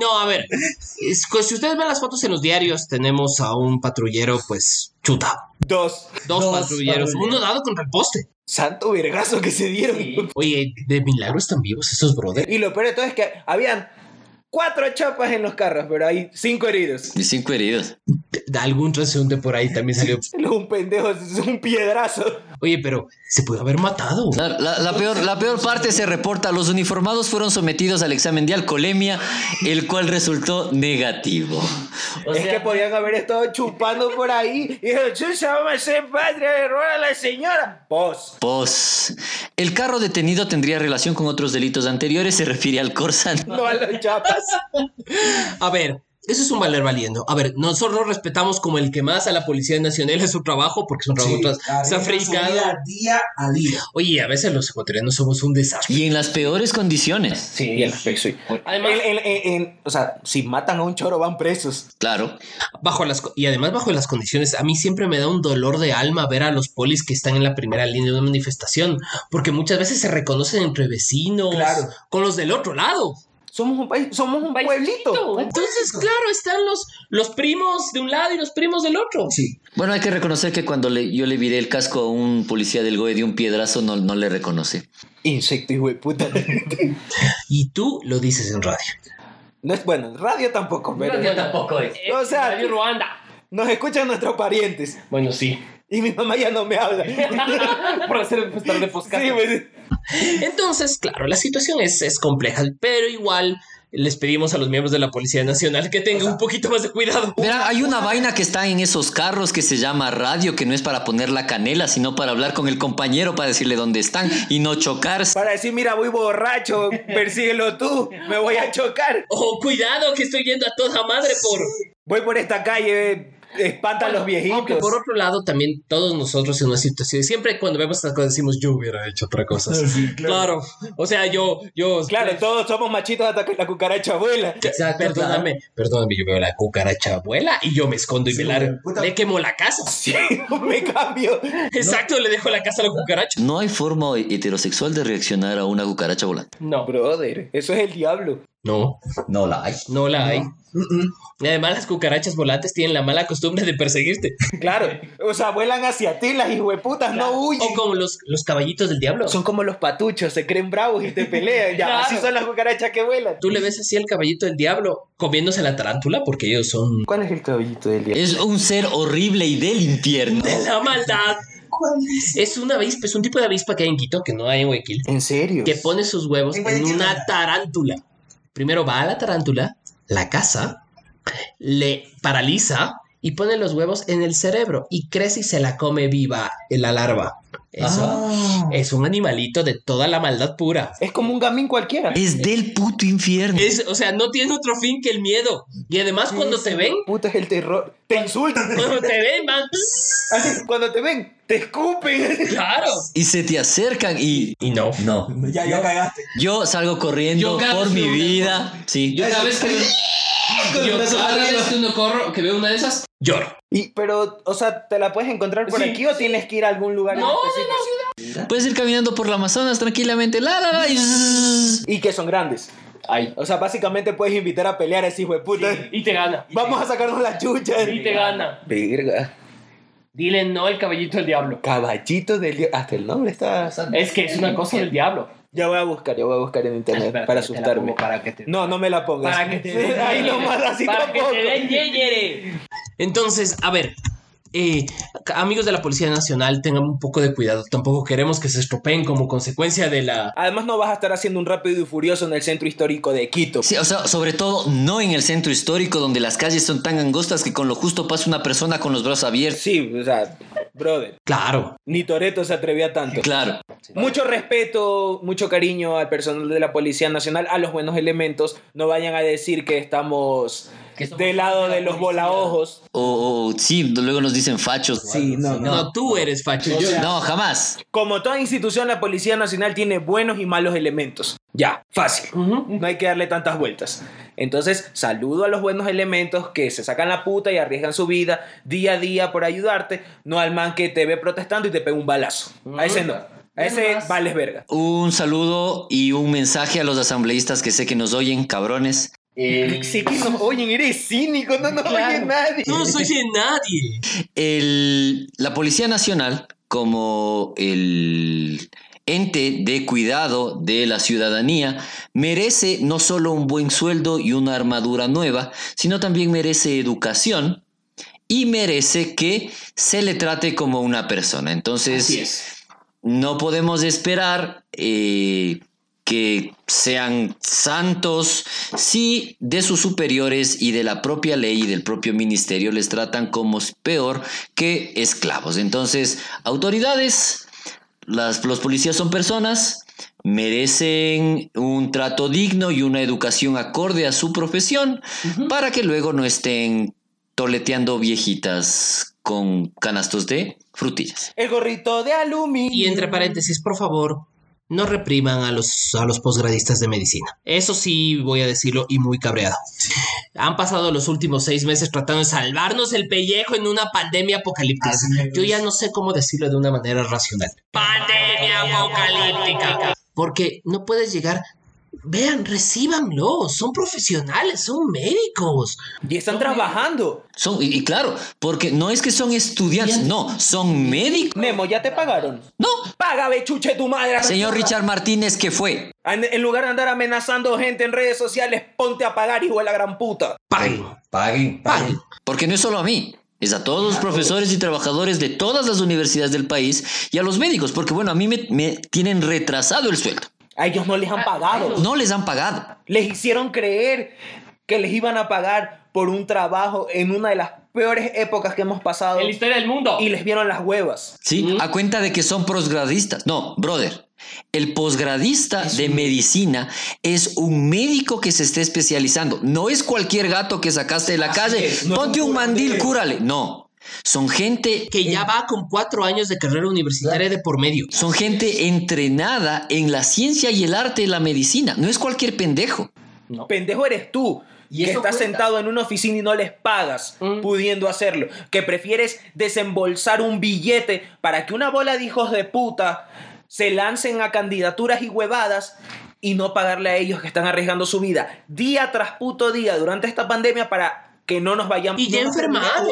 [SPEAKER 5] No, a ver. es que si ustedes ven las fotos en los diarios, tenemos a un patrullero, pues, chuta.
[SPEAKER 1] Dos.
[SPEAKER 5] Dos,
[SPEAKER 7] Dos
[SPEAKER 5] patrulleros.
[SPEAKER 7] patrulleros.
[SPEAKER 5] Uno dado contra el poste.
[SPEAKER 1] Santo vergazo que se dieron.
[SPEAKER 5] Oye, de milagro están vivos esos brothers.
[SPEAKER 1] Y lo peor de todo es que habían cuatro chapas en los carros, pero hay cinco heridos.
[SPEAKER 3] Y cinco heridos.
[SPEAKER 5] De algún transeúnte por ahí también salió.
[SPEAKER 1] Un pendejo, es un piedrazo.
[SPEAKER 5] Oye, pero se pudo haber matado.
[SPEAKER 3] La, la- la peor, la peor parte se reporta, los uniformados fueron sometidos al examen de alcoholemia, el cual resultó negativo.
[SPEAKER 1] es que podían haber estado chupando por ahí. Y dijeron, chucha, vamos a ser patria de robar a la señora. Vos.
[SPEAKER 3] Pos. El carro detenido tendría relación con otros delitos anteriores, se refiere al Corsa.
[SPEAKER 1] No a las chapas.
[SPEAKER 5] A ver, eso es un valer valiendo. A ver, nosotros nos respetamos como el que más a la Policía Nacional es su trabajo, porque es un trabajo tras-
[SPEAKER 6] arriesgan su
[SPEAKER 5] sacrificado.
[SPEAKER 6] vida día a día.
[SPEAKER 5] Oye, a veces los ecuatorianos somos un desastre.
[SPEAKER 3] Y en las peores condiciones.
[SPEAKER 1] Sí, y el peso.
[SPEAKER 5] Además-
[SPEAKER 1] En- en- en- en- o sea, si matan a un choro van presos.
[SPEAKER 3] Claro.
[SPEAKER 5] Bajo las, co- y además bajo las condiciones, a mí siempre me da un dolor de alma ver a los polis que están en la primera línea de una manifestación, porque muchas veces se reconocen entre vecinos,
[SPEAKER 6] Claro.
[SPEAKER 5] con los del otro lado.
[SPEAKER 1] Somos un país, somos un pueblito.
[SPEAKER 5] Entonces, claro, están los, los primos de un lado y los primos del otro.
[SPEAKER 6] Sí.
[SPEAKER 3] Bueno, hay que reconocer que cuando le- yo le viré el casco a un policía del GOE de un piedrazo, no, no le reconoce.
[SPEAKER 1] Insecto y puta.
[SPEAKER 5] Y tú lo dices en radio.
[SPEAKER 1] No es bueno, radio tampoco, pero.
[SPEAKER 8] tampoco es.
[SPEAKER 1] O sea, Radio
[SPEAKER 8] Ruanda.
[SPEAKER 1] Nos escuchan nuestros parientes.
[SPEAKER 8] Bueno, sí.
[SPEAKER 1] Y mi mamá ya no me habla.
[SPEAKER 8] Por hacer estar de podcast.
[SPEAKER 1] Sí, pues,
[SPEAKER 5] Entonces, claro, la situación es, es compleja, pero igual les pedimos a los miembros de la Policía Nacional que tengan un poquito más de cuidado.
[SPEAKER 3] Verá, hay una vaina que está en esos carros que se llama radio, que no es para poner la canela, sino para hablar con el compañero, para decirle dónde están y no chocarse.
[SPEAKER 1] Para decir, mira, voy borracho, persíguelo tú, me voy a chocar.
[SPEAKER 5] Oh, cuidado, que estoy yendo a toda madre por...
[SPEAKER 1] Voy por esta calle, espanta a los
[SPEAKER 5] Aunque
[SPEAKER 1] viejitos.
[SPEAKER 5] por otro lado, también todos nosotros en una situación, siempre cuando vemos estas cosas decimos, yo hubiera hecho otra cosa. claro. O sea, yo, yo...
[SPEAKER 1] Claro, todos somos machitos hasta que la cucaracha abuela.
[SPEAKER 5] Exacto, perdóname, perdóname, yo veo la cucaracha abuela y yo me escondo y me largo.
[SPEAKER 6] puta.
[SPEAKER 5] Le quemo la casa.
[SPEAKER 1] me cambio.
[SPEAKER 5] Exacto, le dejo la casa a la cucaracha.
[SPEAKER 3] No hay forma heterosexual de reaccionar a una cucaracha volante.
[SPEAKER 5] No,
[SPEAKER 1] Brother, eso es el diablo.
[SPEAKER 5] no,
[SPEAKER 7] No la hay.
[SPEAKER 5] no la hay. Y además las cucarachas volantes tienen la mala costumbre de perseguirte.
[SPEAKER 1] Claro, o sea, vuelan hacia ti las hijueputas, no huyen.
[SPEAKER 5] O como los, los caballitos del diablo.
[SPEAKER 1] Son como los patuchos, se creen bravos y te pelean. Ya,
[SPEAKER 5] Claro.
[SPEAKER 1] así son las cucarachas que vuelan.
[SPEAKER 5] Tú le ves así al caballito del diablo comiéndose la tarántula porque ellos son
[SPEAKER 1] ¿Cuál es el cabellito del diablo?
[SPEAKER 3] Es un ser horrible y del infierno.
[SPEAKER 5] de la maldad. Es una avispa, es un tipo de avispa que hay en Quito, que no hay en Guayaquil,
[SPEAKER 1] ¿En serio?
[SPEAKER 5] que pone sus huevos en una tarántula. Primero va a la tarántula, la caza, le paraliza y pone los huevos en el cerebro y crece y se la come viva en la larva. Eso es un animalito de toda la maldad pura.
[SPEAKER 1] Es como un gamín cualquiera.
[SPEAKER 3] Es del puto infierno.
[SPEAKER 5] Es, o sea, no tiene otro fin que el miedo. Y además cuando te ven,
[SPEAKER 1] Puta es el terror. Te insultan.
[SPEAKER 5] cuando te ven, van...
[SPEAKER 1] Así, Cuando te ven, te escupen.
[SPEAKER 5] Claro.
[SPEAKER 3] Y se te acercan y
[SPEAKER 5] Y no.
[SPEAKER 7] No.
[SPEAKER 6] Ya, ya cagaste.
[SPEAKER 3] yo salgo
[SPEAKER 8] Yo
[SPEAKER 3] corriendo
[SPEAKER 8] cada
[SPEAKER 3] por
[SPEAKER 8] vez
[SPEAKER 3] mi
[SPEAKER 8] que uno-
[SPEAKER 3] vida. Sí.
[SPEAKER 8] Yo cada vez que yo cada vez que uno corro, que veo una de esas,
[SPEAKER 5] Lloro.
[SPEAKER 1] Y, pero, o sea, ¿te la puedes encontrar por
[SPEAKER 8] Sí.
[SPEAKER 1] aquí o tienes que ir a algún lugar? en
[SPEAKER 8] No, no,
[SPEAKER 1] específico?
[SPEAKER 3] Puedes ir caminando por la Amazonas tranquilamente. La, la, la, y zzzz.
[SPEAKER 1] Y que son grandes.
[SPEAKER 8] ay.
[SPEAKER 1] O sea, básicamente puedes invitar a pelear a ese hijo de puta.
[SPEAKER 8] Y te gana.
[SPEAKER 1] Vamos a sacarnos la chucha.
[SPEAKER 8] Y te gana.
[SPEAKER 1] Verga.
[SPEAKER 8] Dile no el cabellito del diablo.
[SPEAKER 1] Caballito del diablo. Hasta el nombre está.
[SPEAKER 8] Es que es una cosa del diablo.
[SPEAKER 1] Ya voy a buscar, ya voy a buscar en internet
[SPEAKER 8] Ah, Espérate,
[SPEAKER 1] para
[SPEAKER 8] te la
[SPEAKER 1] asustarme.
[SPEAKER 8] pongo Para que te
[SPEAKER 1] No, no me la pongas.
[SPEAKER 8] Para que te den-
[SPEAKER 1] Ahí nomás, así
[SPEAKER 8] para que
[SPEAKER 1] tampoco.
[SPEAKER 8] te den yeyere.
[SPEAKER 5] Entonces, a ver. eh, amigos de la Policía Nacional, tengan un poco de cuidado. Tampoco queremos que se estropeen como consecuencia de la...
[SPEAKER 1] Además, no vas a estar haciendo un rápido y furioso en el centro histórico de Quito.
[SPEAKER 3] Sí, o sea, sobre todo no en el centro histórico donde las calles son tan angostas que con lo justo pasa una persona con los brazos abiertos.
[SPEAKER 1] Sí, o sea, brother.
[SPEAKER 5] Claro.
[SPEAKER 1] Ni Toreto se atrevía tanto.
[SPEAKER 3] Claro.
[SPEAKER 1] Mucho respeto, mucho cariño al personal de la Policía Nacional, a los buenos elementos. No vayan a decir que estamos
[SPEAKER 7] Que somos
[SPEAKER 1] del lado
[SPEAKER 7] de la
[SPEAKER 1] de los
[SPEAKER 7] policía.
[SPEAKER 1] volaojos.
[SPEAKER 3] O, o- sí, luego nos dicen fachos.
[SPEAKER 1] Sí, no,
[SPEAKER 5] No, tú eres facho. Yo-
[SPEAKER 3] No, jamás.
[SPEAKER 1] Como toda institución, la Policía Nacional tiene buenos y malos elementos. Ya, fácil.
[SPEAKER 5] Ujú.
[SPEAKER 1] No hay que darle tantas vueltas. Entonces, saludo a los buenos elementos que se sacan la puta y arriesgan su vida día a día por ayudarte, no al man que te ve protestando y te pega un balazo. A ese no. A ese
[SPEAKER 8] Además-
[SPEAKER 1] vales verga.
[SPEAKER 3] Un saludo y un mensaje a los asambleístas que sé que nos oyen, cabrones.
[SPEAKER 1] Sí que nos oyen, eres cínico, no nos oye nadie.
[SPEAKER 5] No soy de nadie.
[SPEAKER 3] El- la Policía Nacional, como el ente de cuidado de la ciudadanía, merece no solo un buen sueldo y una armadura nueva, sino también merece educación y merece que se le trate como una persona. Entonces,
[SPEAKER 8] Así es.
[SPEAKER 3] no podemos esperar eh, que sean santos si de sus superiores y de la propia ley y del propio ministerio les tratan como s- peor que esclavos. Entonces, autoridades, las, los policías son personas, merecen un trato digno y una educación acorde a su profesión para que luego no estén toleteando viejitas con canastos de frutillas.
[SPEAKER 1] El gorrito de aluminio.
[SPEAKER 5] Y entre paréntesis, por favor, no repriman a los, a los posgradistas de medicina. Eso sí voy a decirlo y muy cabreado. Han pasado los últimos seis meses tratando de salvarnos el pellejo en una pandemia apocalíptica. Yo ya no sé cómo decirlo de una manera racional. Pandemia apocalíptica. Porque no puedes llegar... Vean, recíbanlo. Son profesionales, son médicos.
[SPEAKER 1] Y están trabajando.
[SPEAKER 3] Son, y, y claro, porque no es que son estudiantes, no, son médicos.
[SPEAKER 1] Nemo, ¿ya te pagaron?
[SPEAKER 3] No,
[SPEAKER 1] Págame, chuche tu madre.
[SPEAKER 3] señor Richard Martínez, ¿qué fue?
[SPEAKER 1] En, en lugar de andar amenazando gente en redes sociales, ponte a pagar, hijo de la gran puta.
[SPEAKER 5] Paguen,
[SPEAKER 7] Paguen,
[SPEAKER 5] paguen.
[SPEAKER 7] paguen.
[SPEAKER 3] Porque no es solo a mí, es a todos los profesores y trabajadores de todas las universidades del país y a los médicos, porque bueno, a mí me, me tienen retrasado el sueldo.
[SPEAKER 1] A ellos no les
[SPEAKER 7] Ah,
[SPEAKER 1] han pagado.
[SPEAKER 3] No les han pagado.
[SPEAKER 1] Les hicieron creer que les iban a pagar por un trabajo en una de las peores épocas que hemos pasado
[SPEAKER 8] En la historia del mundo.
[SPEAKER 1] y les vieron las huevas.
[SPEAKER 3] ¿Sí? A cuenta de que son posgradistas. No, brother. El posgradista de medicina es un médico que se está especializando. No es cualquier gato que sacaste de la calle.
[SPEAKER 6] es, no es
[SPEAKER 3] Ponte
[SPEAKER 6] un
[SPEAKER 3] un mandil,
[SPEAKER 6] curandero.
[SPEAKER 3] cúrale. No. Son gente
[SPEAKER 5] Que ya va con cuatro años de carrera universitaria de por medio.
[SPEAKER 3] Son gente entrenada en la ciencia y el arte de la medicina. No es cualquier pendejo.
[SPEAKER 1] Pendejo eres tú.
[SPEAKER 7] Y
[SPEAKER 1] que
[SPEAKER 7] eso
[SPEAKER 1] estás
[SPEAKER 7] cuenta.
[SPEAKER 1] sentado en una oficina y no les pagas
[SPEAKER 5] Mm.
[SPEAKER 1] pudiendo hacerlo. Que prefieres desembolsar un billete para que una bola de hijos de puta se lancen a candidaturas y huevadas y no pagarle a ellos que están arriesgando su vida día tras puto día durante esta pandemia para que no nos vayamos.
[SPEAKER 5] Y ya
[SPEAKER 1] no nos
[SPEAKER 5] enfermaron.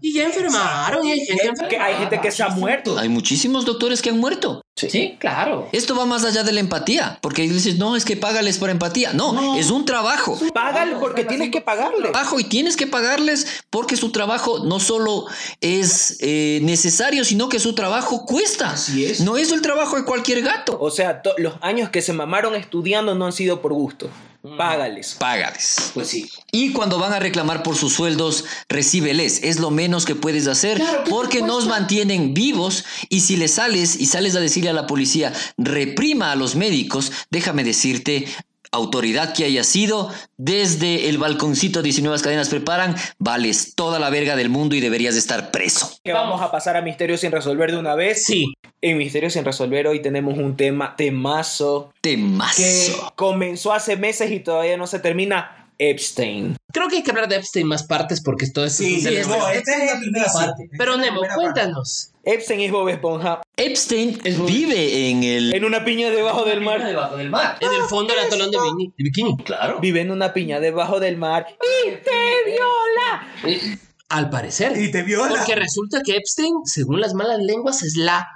[SPEAKER 5] Y ya enfermaron. Y hay gente
[SPEAKER 1] terminemos- que hay gente que
[SPEAKER 5] Ah,
[SPEAKER 1] se ha muerto.
[SPEAKER 3] Hay muchísimos doctores que han muerto.
[SPEAKER 8] Sí, claro.
[SPEAKER 3] Esto va más allá de la empatía, porque dices, no, es que págales por empatía. No, es un trabajo.
[SPEAKER 1] Págale porque tienes que pagarle.
[SPEAKER 5] Ah.
[SPEAKER 3] Trabajo y tienes que pagarles porque su trabajo no solo es eh, necesario, sino que su trabajo cuesta.
[SPEAKER 6] es.
[SPEAKER 3] No es el trabajo de cualquier gato.
[SPEAKER 1] O sea, to- los años que se mamaron estudiando no han sido por gusto.
[SPEAKER 5] Mm.
[SPEAKER 1] Págales.
[SPEAKER 3] Págales.
[SPEAKER 6] Pues sí.
[SPEAKER 3] Y cuando van a reclamar por sus sueldos, recíbeles. Es lo menos que puedes hacer
[SPEAKER 8] Claro, ¿qué te
[SPEAKER 3] porque nos
[SPEAKER 8] cuesta?
[SPEAKER 3] mantienen vivos. Y si le sales y sales a decirle a la policía, reprima a los médicos, déjame decirte, autoridad que haya sido, desde el balconcito 19 cadenas preparan, vales toda la verga del mundo y deberías de estar preso.
[SPEAKER 1] Que vamos a pasar a Misterios sin resolver de una vez.
[SPEAKER 5] Sí,
[SPEAKER 1] En Misterios sin resolver hoy tenemos un tema temazo
[SPEAKER 3] Temazo.
[SPEAKER 1] que comenzó hace meses y todavía no se termina. Epstein.
[SPEAKER 5] Creo que hay que hablar de Epstein más partes porque todo esto
[SPEAKER 6] Sí,
[SPEAKER 5] es un
[SPEAKER 6] sí,
[SPEAKER 5] telenovela.
[SPEAKER 6] no, esta es la primera parte.
[SPEAKER 5] Pero Nemo, cuéntanos.
[SPEAKER 1] Epstein es Bob Esponja
[SPEAKER 3] Epstein vive en el...
[SPEAKER 1] en una piña debajo del mar.
[SPEAKER 7] Debajo del mar.
[SPEAKER 5] En
[SPEAKER 6] Ah,
[SPEAKER 5] el fondo del atolón de Bini- de Bikini. Claro.
[SPEAKER 1] Vive en una piña debajo del mar y te viola.
[SPEAKER 5] Al parecer.
[SPEAKER 6] Y te viola.
[SPEAKER 5] Porque resulta que Epstein, según las malas lenguas, es la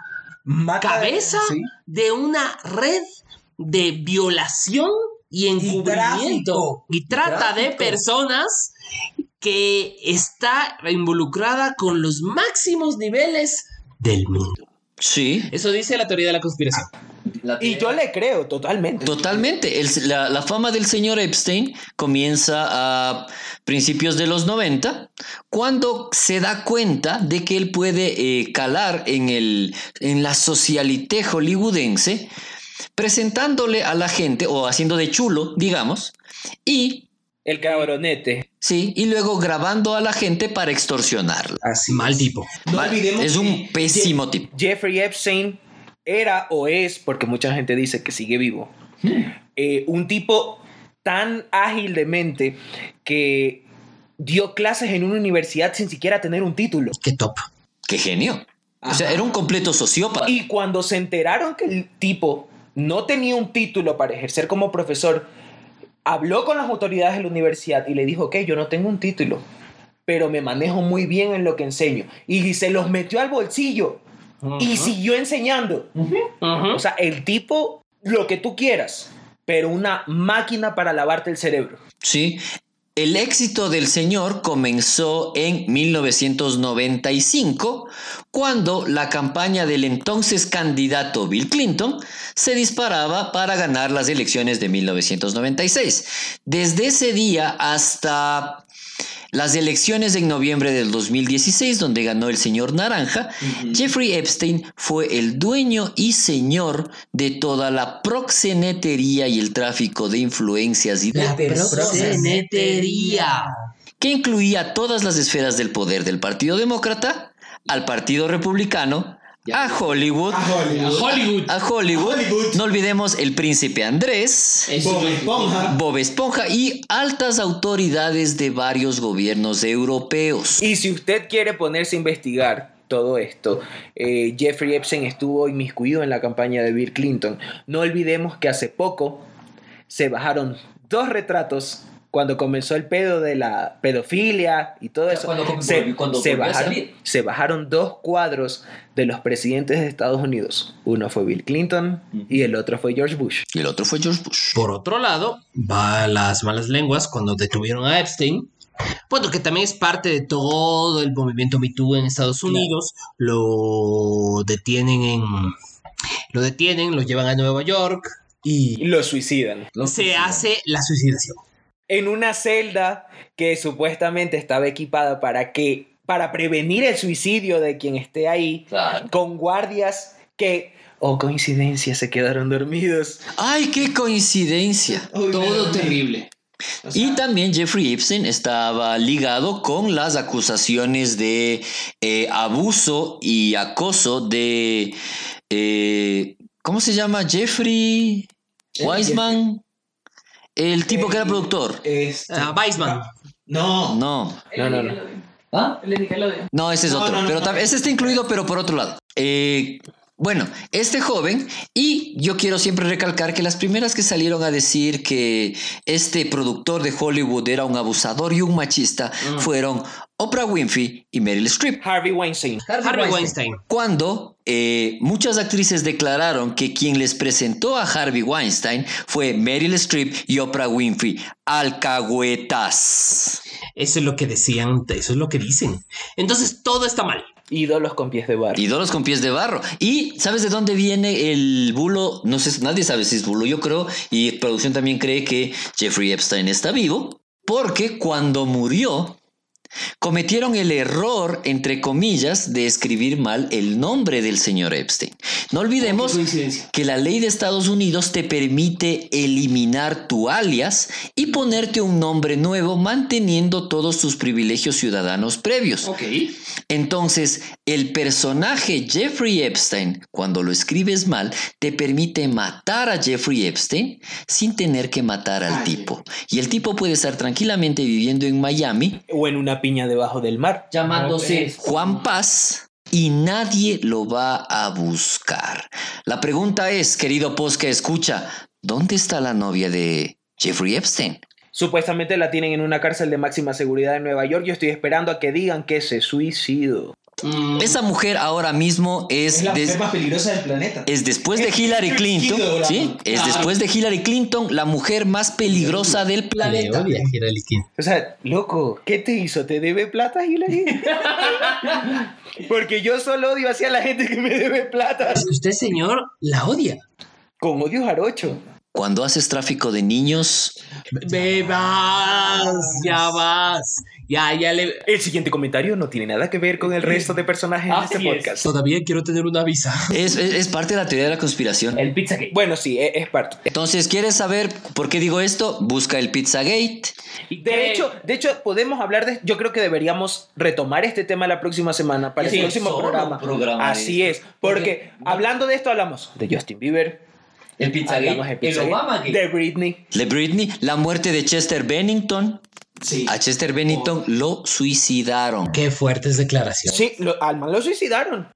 [SPEAKER 6] Mata-
[SPEAKER 5] cabeza
[SPEAKER 6] Sí.
[SPEAKER 5] de una red de violación y
[SPEAKER 6] tráfico.
[SPEAKER 5] encubrimiento y, trata de
[SPEAKER 7] tráfico.
[SPEAKER 5] personas que está involucrada con los máximos niveles del mundo.
[SPEAKER 3] Sí,
[SPEAKER 5] Eso dice la teoría de la conspiración.
[SPEAKER 7] La
[SPEAKER 1] Y yo le creo totalmente.
[SPEAKER 3] Totalmente. El- la, la fama del señor Epstein comienza a principios de los 90, cuando se da cuenta de que él puede eh, calar en, el, en la socialité hollywoodense, presentándole a la gente, o haciendo de chulo, digamos, y,
[SPEAKER 1] El cabronete.
[SPEAKER 3] sí, y luego grabando a la gente para extorsionarla.
[SPEAKER 5] Así. Mal tipo.
[SPEAKER 6] No
[SPEAKER 3] Va-
[SPEAKER 6] olvidemos
[SPEAKER 3] es un
[SPEAKER 6] que-
[SPEAKER 3] pésimo tipo.
[SPEAKER 1] Jeffrey Epstein era o es, porque mucha gente dice que sigue vivo, eh, un tipo tan ágil de mente que dio clases en una universidad sin siquiera tener un título.
[SPEAKER 5] Qué top.
[SPEAKER 3] ¡Qué genio! O sea,
[SPEAKER 6] Ajá.
[SPEAKER 3] era un completo sociópata.
[SPEAKER 1] Y cuando se enteraron que el tipo no tenía un título para ejercer como profesor, habló con las autoridades de la universidad y le dijo, ok, yo no tengo un título, pero me manejo muy bien en lo que enseño. Y se los metió al bolsillo y siguió enseñando. O sea, el tipo, lo que tú quieras, pero una máquina para lavarte el cerebro.
[SPEAKER 3] Sí. El éxito del señor comenzó en 1995, cuando la campaña del entonces candidato Bill Clinton se disparaba para ganar las elecciones de 1996. Desde ese día hasta las elecciones en noviembre del 2016, donde ganó el señor Naranja, Jeffrey Epstein fue el dueño y señor de toda la proxenetería y el tráfico de influencias y de
[SPEAKER 7] La
[SPEAKER 5] Proxenetería.
[SPEAKER 3] que incluía todas las esferas del poder del Partido Demócrata, al Partido Republicano, a Hollywood,
[SPEAKER 6] Ah, Hollywood.
[SPEAKER 8] Hollywood.
[SPEAKER 3] a Hollywood,
[SPEAKER 6] a Hollywood.
[SPEAKER 3] no olvidemos el príncipe Andrés,
[SPEAKER 8] Eso
[SPEAKER 6] Bob
[SPEAKER 8] es-
[SPEAKER 6] Esponja.
[SPEAKER 3] Bob Esponja y altas autoridades de varios gobiernos europeos.
[SPEAKER 1] Y si usted quiere ponerse a investigar todo esto, eh, Jeffrey Epstein estuvo inmiscuido en la campaña de Bill Clinton. No olvidemos que hace poco se bajaron dos retratos cuando comenzó el pedo de la pedofilia y todo
[SPEAKER 7] Ya,
[SPEAKER 1] eso.
[SPEAKER 7] cuando com-
[SPEAKER 1] se,
[SPEAKER 7] volvió- cuando
[SPEAKER 1] se
[SPEAKER 7] volvió a
[SPEAKER 1] bajaron,
[SPEAKER 7] salir.
[SPEAKER 1] se bajaron dos cuadros de los presidentes de Estados Unidos. Uno fue Bill Clinton y el otro fue George Bush.
[SPEAKER 3] Y el otro fue George Bush.
[SPEAKER 5] Por otro lado, va las malas lenguas cuando detuvieron a Epstein. Bueno, que también es parte de todo el movimiento Me Too en Estados Unidos. Lo detienen en. Lo detienen, lo llevan a Nueva York y
[SPEAKER 1] Lo suicidan.
[SPEAKER 5] se hace la suicidación.
[SPEAKER 1] en una celda que supuestamente estaba equipada para que para prevenir el suicidio de quien esté ahí
[SPEAKER 7] Claro.
[SPEAKER 1] con guardias que oh coincidencia se quedaron dormidos
[SPEAKER 3] ¡Ay, qué coincidencia!
[SPEAKER 8] Todo terrible.
[SPEAKER 3] y también Jeffrey Epstein estaba ligado con las acusaciones de eh, abuso y acoso de... eh, ¿Cómo se llama? Jeffrey Wiseman. El tipo que era productor.
[SPEAKER 6] Este-
[SPEAKER 5] Ah, Weisman.
[SPEAKER 6] No.
[SPEAKER 3] No,
[SPEAKER 1] No, no, no.
[SPEAKER 7] ¿Ah?
[SPEAKER 8] El de Nickelodeon.
[SPEAKER 3] no, ese es
[SPEAKER 6] No,
[SPEAKER 3] otro.
[SPEAKER 6] no, no,
[SPEAKER 3] pero
[SPEAKER 6] no.
[SPEAKER 3] tam- ese está incluido, pero por otro lado. Eh, bueno, este joven, y yo quiero siempre recalcar que las primeras que salieron a decir que este productor de Hollywood era un abusador y un machista
[SPEAKER 6] Mm.
[SPEAKER 3] fueron Oprah Winfrey y Meryl Streep.
[SPEAKER 1] Harvey Weinstein
[SPEAKER 5] Harvey Weinstein.
[SPEAKER 3] Cuando eh, muchas actrices declararon que quien les presentó a Harvey Weinstein fue Meryl Streep y Oprah Winfrey, alcahuetas.
[SPEAKER 5] Eso es lo que decían, eso es lo que dicen. Entonces todo está mal.
[SPEAKER 1] ídolos con pies de barro
[SPEAKER 3] Ídolos con pies de barro. ¿Y sabes de dónde viene el bulo? No sé, nadie sabe si es bulo, yo creo, y producción también cree que Jeffrey Epstein está vivo, porque cuando murió, cometieron el error, entre comillas, de escribir mal el nombre del señor Epstein. No olvidemos
[SPEAKER 8] Oh, Coincidencia.
[SPEAKER 3] que la ley de Estados Unidos te permite eliminar tu alias y ponerte un nombre nuevo manteniendo todos tus privilegios ciudadanos previos.
[SPEAKER 8] Ok.
[SPEAKER 3] Entonces, el personaje Jeffrey Epstein, cuando lo escribes mal, te permite matar a Jeffrey Epstein sin tener que matar al tipo. Y el tipo puede estar tranquilamente viviendo en Miami,
[SPEAKER 1] o en una piña debajo del mar
[SPEAKER 8] Llamándose.
[SPEAKER 3] Juan Paz, y nadie lo va a buscar. La pregunta es, querido Posca, escucha, ¿dónde está la novia de Jeffrey Epstein?
[SPEAKER 1] supuestamente la tienen en una cárcel de máxima seguridad en Nueva York yo estoy esperando a que digan que se suicidó
[SPEAKER 8] Mm,
[SPEAKER 3] Esa mujer ahora mismo es...
[SPEAKER 1] Es la
[SPEAKER 3] des-
[SPEAKER 1] mujer más peligrosa del planeta.
[SPEAKER 3] es después de
[SPEAKER 1] Es
[SPEAKER 3] Hillary
[SPEAKER 1] Hillary
[SPEAKER 3] Clinton,
[SPEAKER 1] Clinton,
[SPEAKER 3] ¿sí? Es
[SPEAKER 8] Ah.
[SPEAKER 3] después de Hillary Clinton la mujer más peligrosa del
[SPEAKER 8] le
[SPEAKER 3] planeta.
[SPEAKER 8] odia a Hillary Clinton.
[SPEAKER 1] O sea, loco, ¿qué te hizo? ¿Te debe plata, Hillary? Porque yo solo odio hacia la gente que me debe plata.
[SPEAKER 8] Usted, señor, la odia.
[SPEAKER 1] Con odio jarocho.
[SPEAKER 3] Cuando haces tráfico de niños,
[SPEAKER 5] Ve, vas, ya vas. Ya, ya le.
[SPEAKER 1] El siguiente comentario no tiene nada que ver con el resto de personajes de
[SPEAKER 8] Así
[SPEAKER 1] este
[SPEAKER 8] es.
[SPEAKER 1] podcast.
[SPEAKER 5] Todavía quiero tener una visa.
[SPEAKER 3] es, es- es parte de la teoría de la conspiración.
[SPEAKER 1] El pizza que. Bueno, sí, e- es, parte.
[SPEAKER 3] Entonces, ¿quieres saber por qué digo esto? Busca el Pizzagate.
[SPEAKER 1] De hecho, de hecho, podemos hablar de. Yo creo que deberíamos retomar este tema la próxima semana para
[SPEAKER 3] Sí,
[SPEAKER 1] el próximo
[SPEAKER 3] solo
[SPEAKER 1] programa.
[SPEAKER 3] programa
[SPEAKER 1] Así es. Porque hablando de esto, hablamos de Justin Bieber,
[SPEAKER 7] El Pizzagate,
[SPEAKER 1] hablamos de
[SPEAKER 7] el
[SPEAKER 1] Pizzagate,
[SPEAKER 7] Obama Gate.
[SPEAKER 1] de Britney.
[SPEAKER 3] De Britney, la muerte de Chester Bennington. A Chester Bennington lo suicidaron.
[SPEAKER 5] Qué fuertes declaraciones.
[SPEAKER 1] Sí, lo, al man lo suicidaron.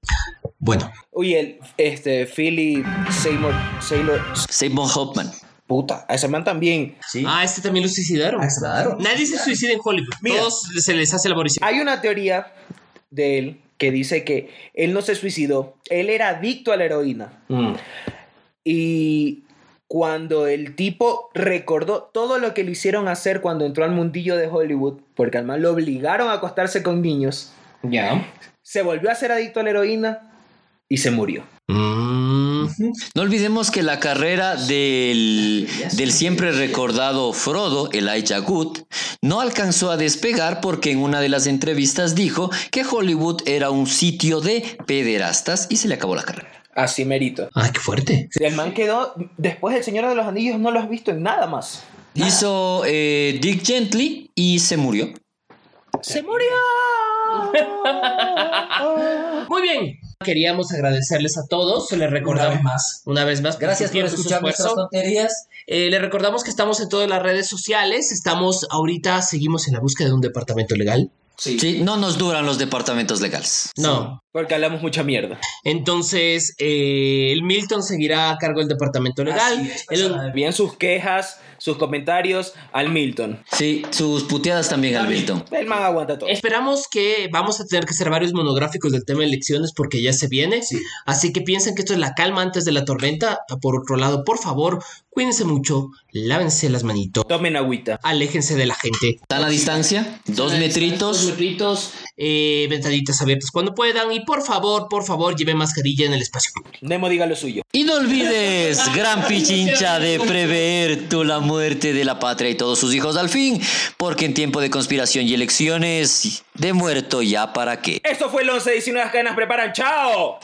[SPEAKER 5] Bueno,
[SPEAKER 1] Oye, el, este, Philip Seymour, Saylor,
[SPEAKER 3] Seymour Hoffman.
[SPEAKER 1] puta, a ese man también.
[SPEAKER 7] Sí.
[SPEAKER 5] Ah, este también lo suicidaron.
[SPEAKER 7] claro.
[SPEAKER 5] Nadie se suicida en Hollywood.
[SPEAKER 1] Mira.
[SPEAKER 5] Todos se les hace la abolición.
[SPEAKER 1] Hay una teoría de él que dice que él no se suicidó, él era adicto a la heroína.
[SPEAKER 5] Mm.
[SPEAKER 1] Y cuando el tipo recordó todo lo que le hicieron hacer cuando entró al mundillo de Hollywood, porque al man lo obligaron a acostarse con niños,
[SPEAKER 8] Ya.
[SPEAKER 1] se volvió a ser adicto a la heroína y se murió.
[SPEAKER 5] Mm.
[SPEAKER 3] No olvidemos que la carrera del, del siempre recordado Frodo, Elijah Wood, no alcanzó a despegar porque en una de las entrevistas dijo que Hollywood era un sitio de pederastas y se le acabó la carrera.
[SPEAKER 1] Así merito.
[SPEAKER 5] Ah, qué fuerte.
[SPEAKER 1] El man quedó, después del Señor de los Anillos no lo has visto en nada más.
[SPEAKER 3] Hizo eh, Dick Gently y se murió.
[SPEAKER 1] ¡Se murió!
[SPEAKER 5] Muy bien. Queríamos agradecerles a todos. Les recordamos
[SPEAKER 6] vez más.
[SPEAKER 5] Una vez más. por
[SPEAKER 7] Gracias por
[SPEAKER 5] su tiempo y su
[SPEAKER 7] escuchar nuestras
[SPEAKER 5] esfuerzo.
[SPEAKER 7] tonterías.
[SPEAKER 5] Eh, le recordamos que estamos en todas las redes sociales. Estamos ahorita, seguimos en la búsqueda de un departamento legal.
[SPEAKER 3] Sí, no nos duran los departamentos legales.
[SPEAKER 5] No.
[SPEAKER 1] Porque hablamos mucha mierda.
[SPEAKER 5] Entonces, eh, el Milton seguirá a cargo del departamento legal. El-
[SPEAKER 1] Bien sus quejas, sus comentarios al Milton.
[SPEAKER 3] Sí, sus puteadas también al Milton.
[SPEAKER 1] El man aguanta todo.
[SPEAKER 5] esperamos que vamos a tener que hacer varios monográficos del tema de elecciones porque ya se viene. Así que piensen que esto es la calma antes de la tormenta. Por otro lado, por favor, cuídense mucho, lávense las manitos,
[SPEAKER 1] Tomen agüita.
[SPEAKER 5] aléjense de la gente.
[SPEAKER 3] Están a distancia, dos
[SPEAKER 8] Dos
[SPEAKER 3] metritos.
[SPEAKER 8] metritos.
[SPEAKER 5] eh, ventaditas abiertas cuando puedan y por favor, por favor, lleven mascarilla en el espacio.
[SPEAKER 1] Nemo diga lo suyo.
[SPEAKER 3] Y no olvides, gran pichincha, de prever tú la muerte de la patria y todos sus hijos al fin, porque en tiempo de conspiración y elecciones, de muerto ya para qué.
[SPEAKER 1] Esto fue el 1119 las cadenas preparan. ¡Chao!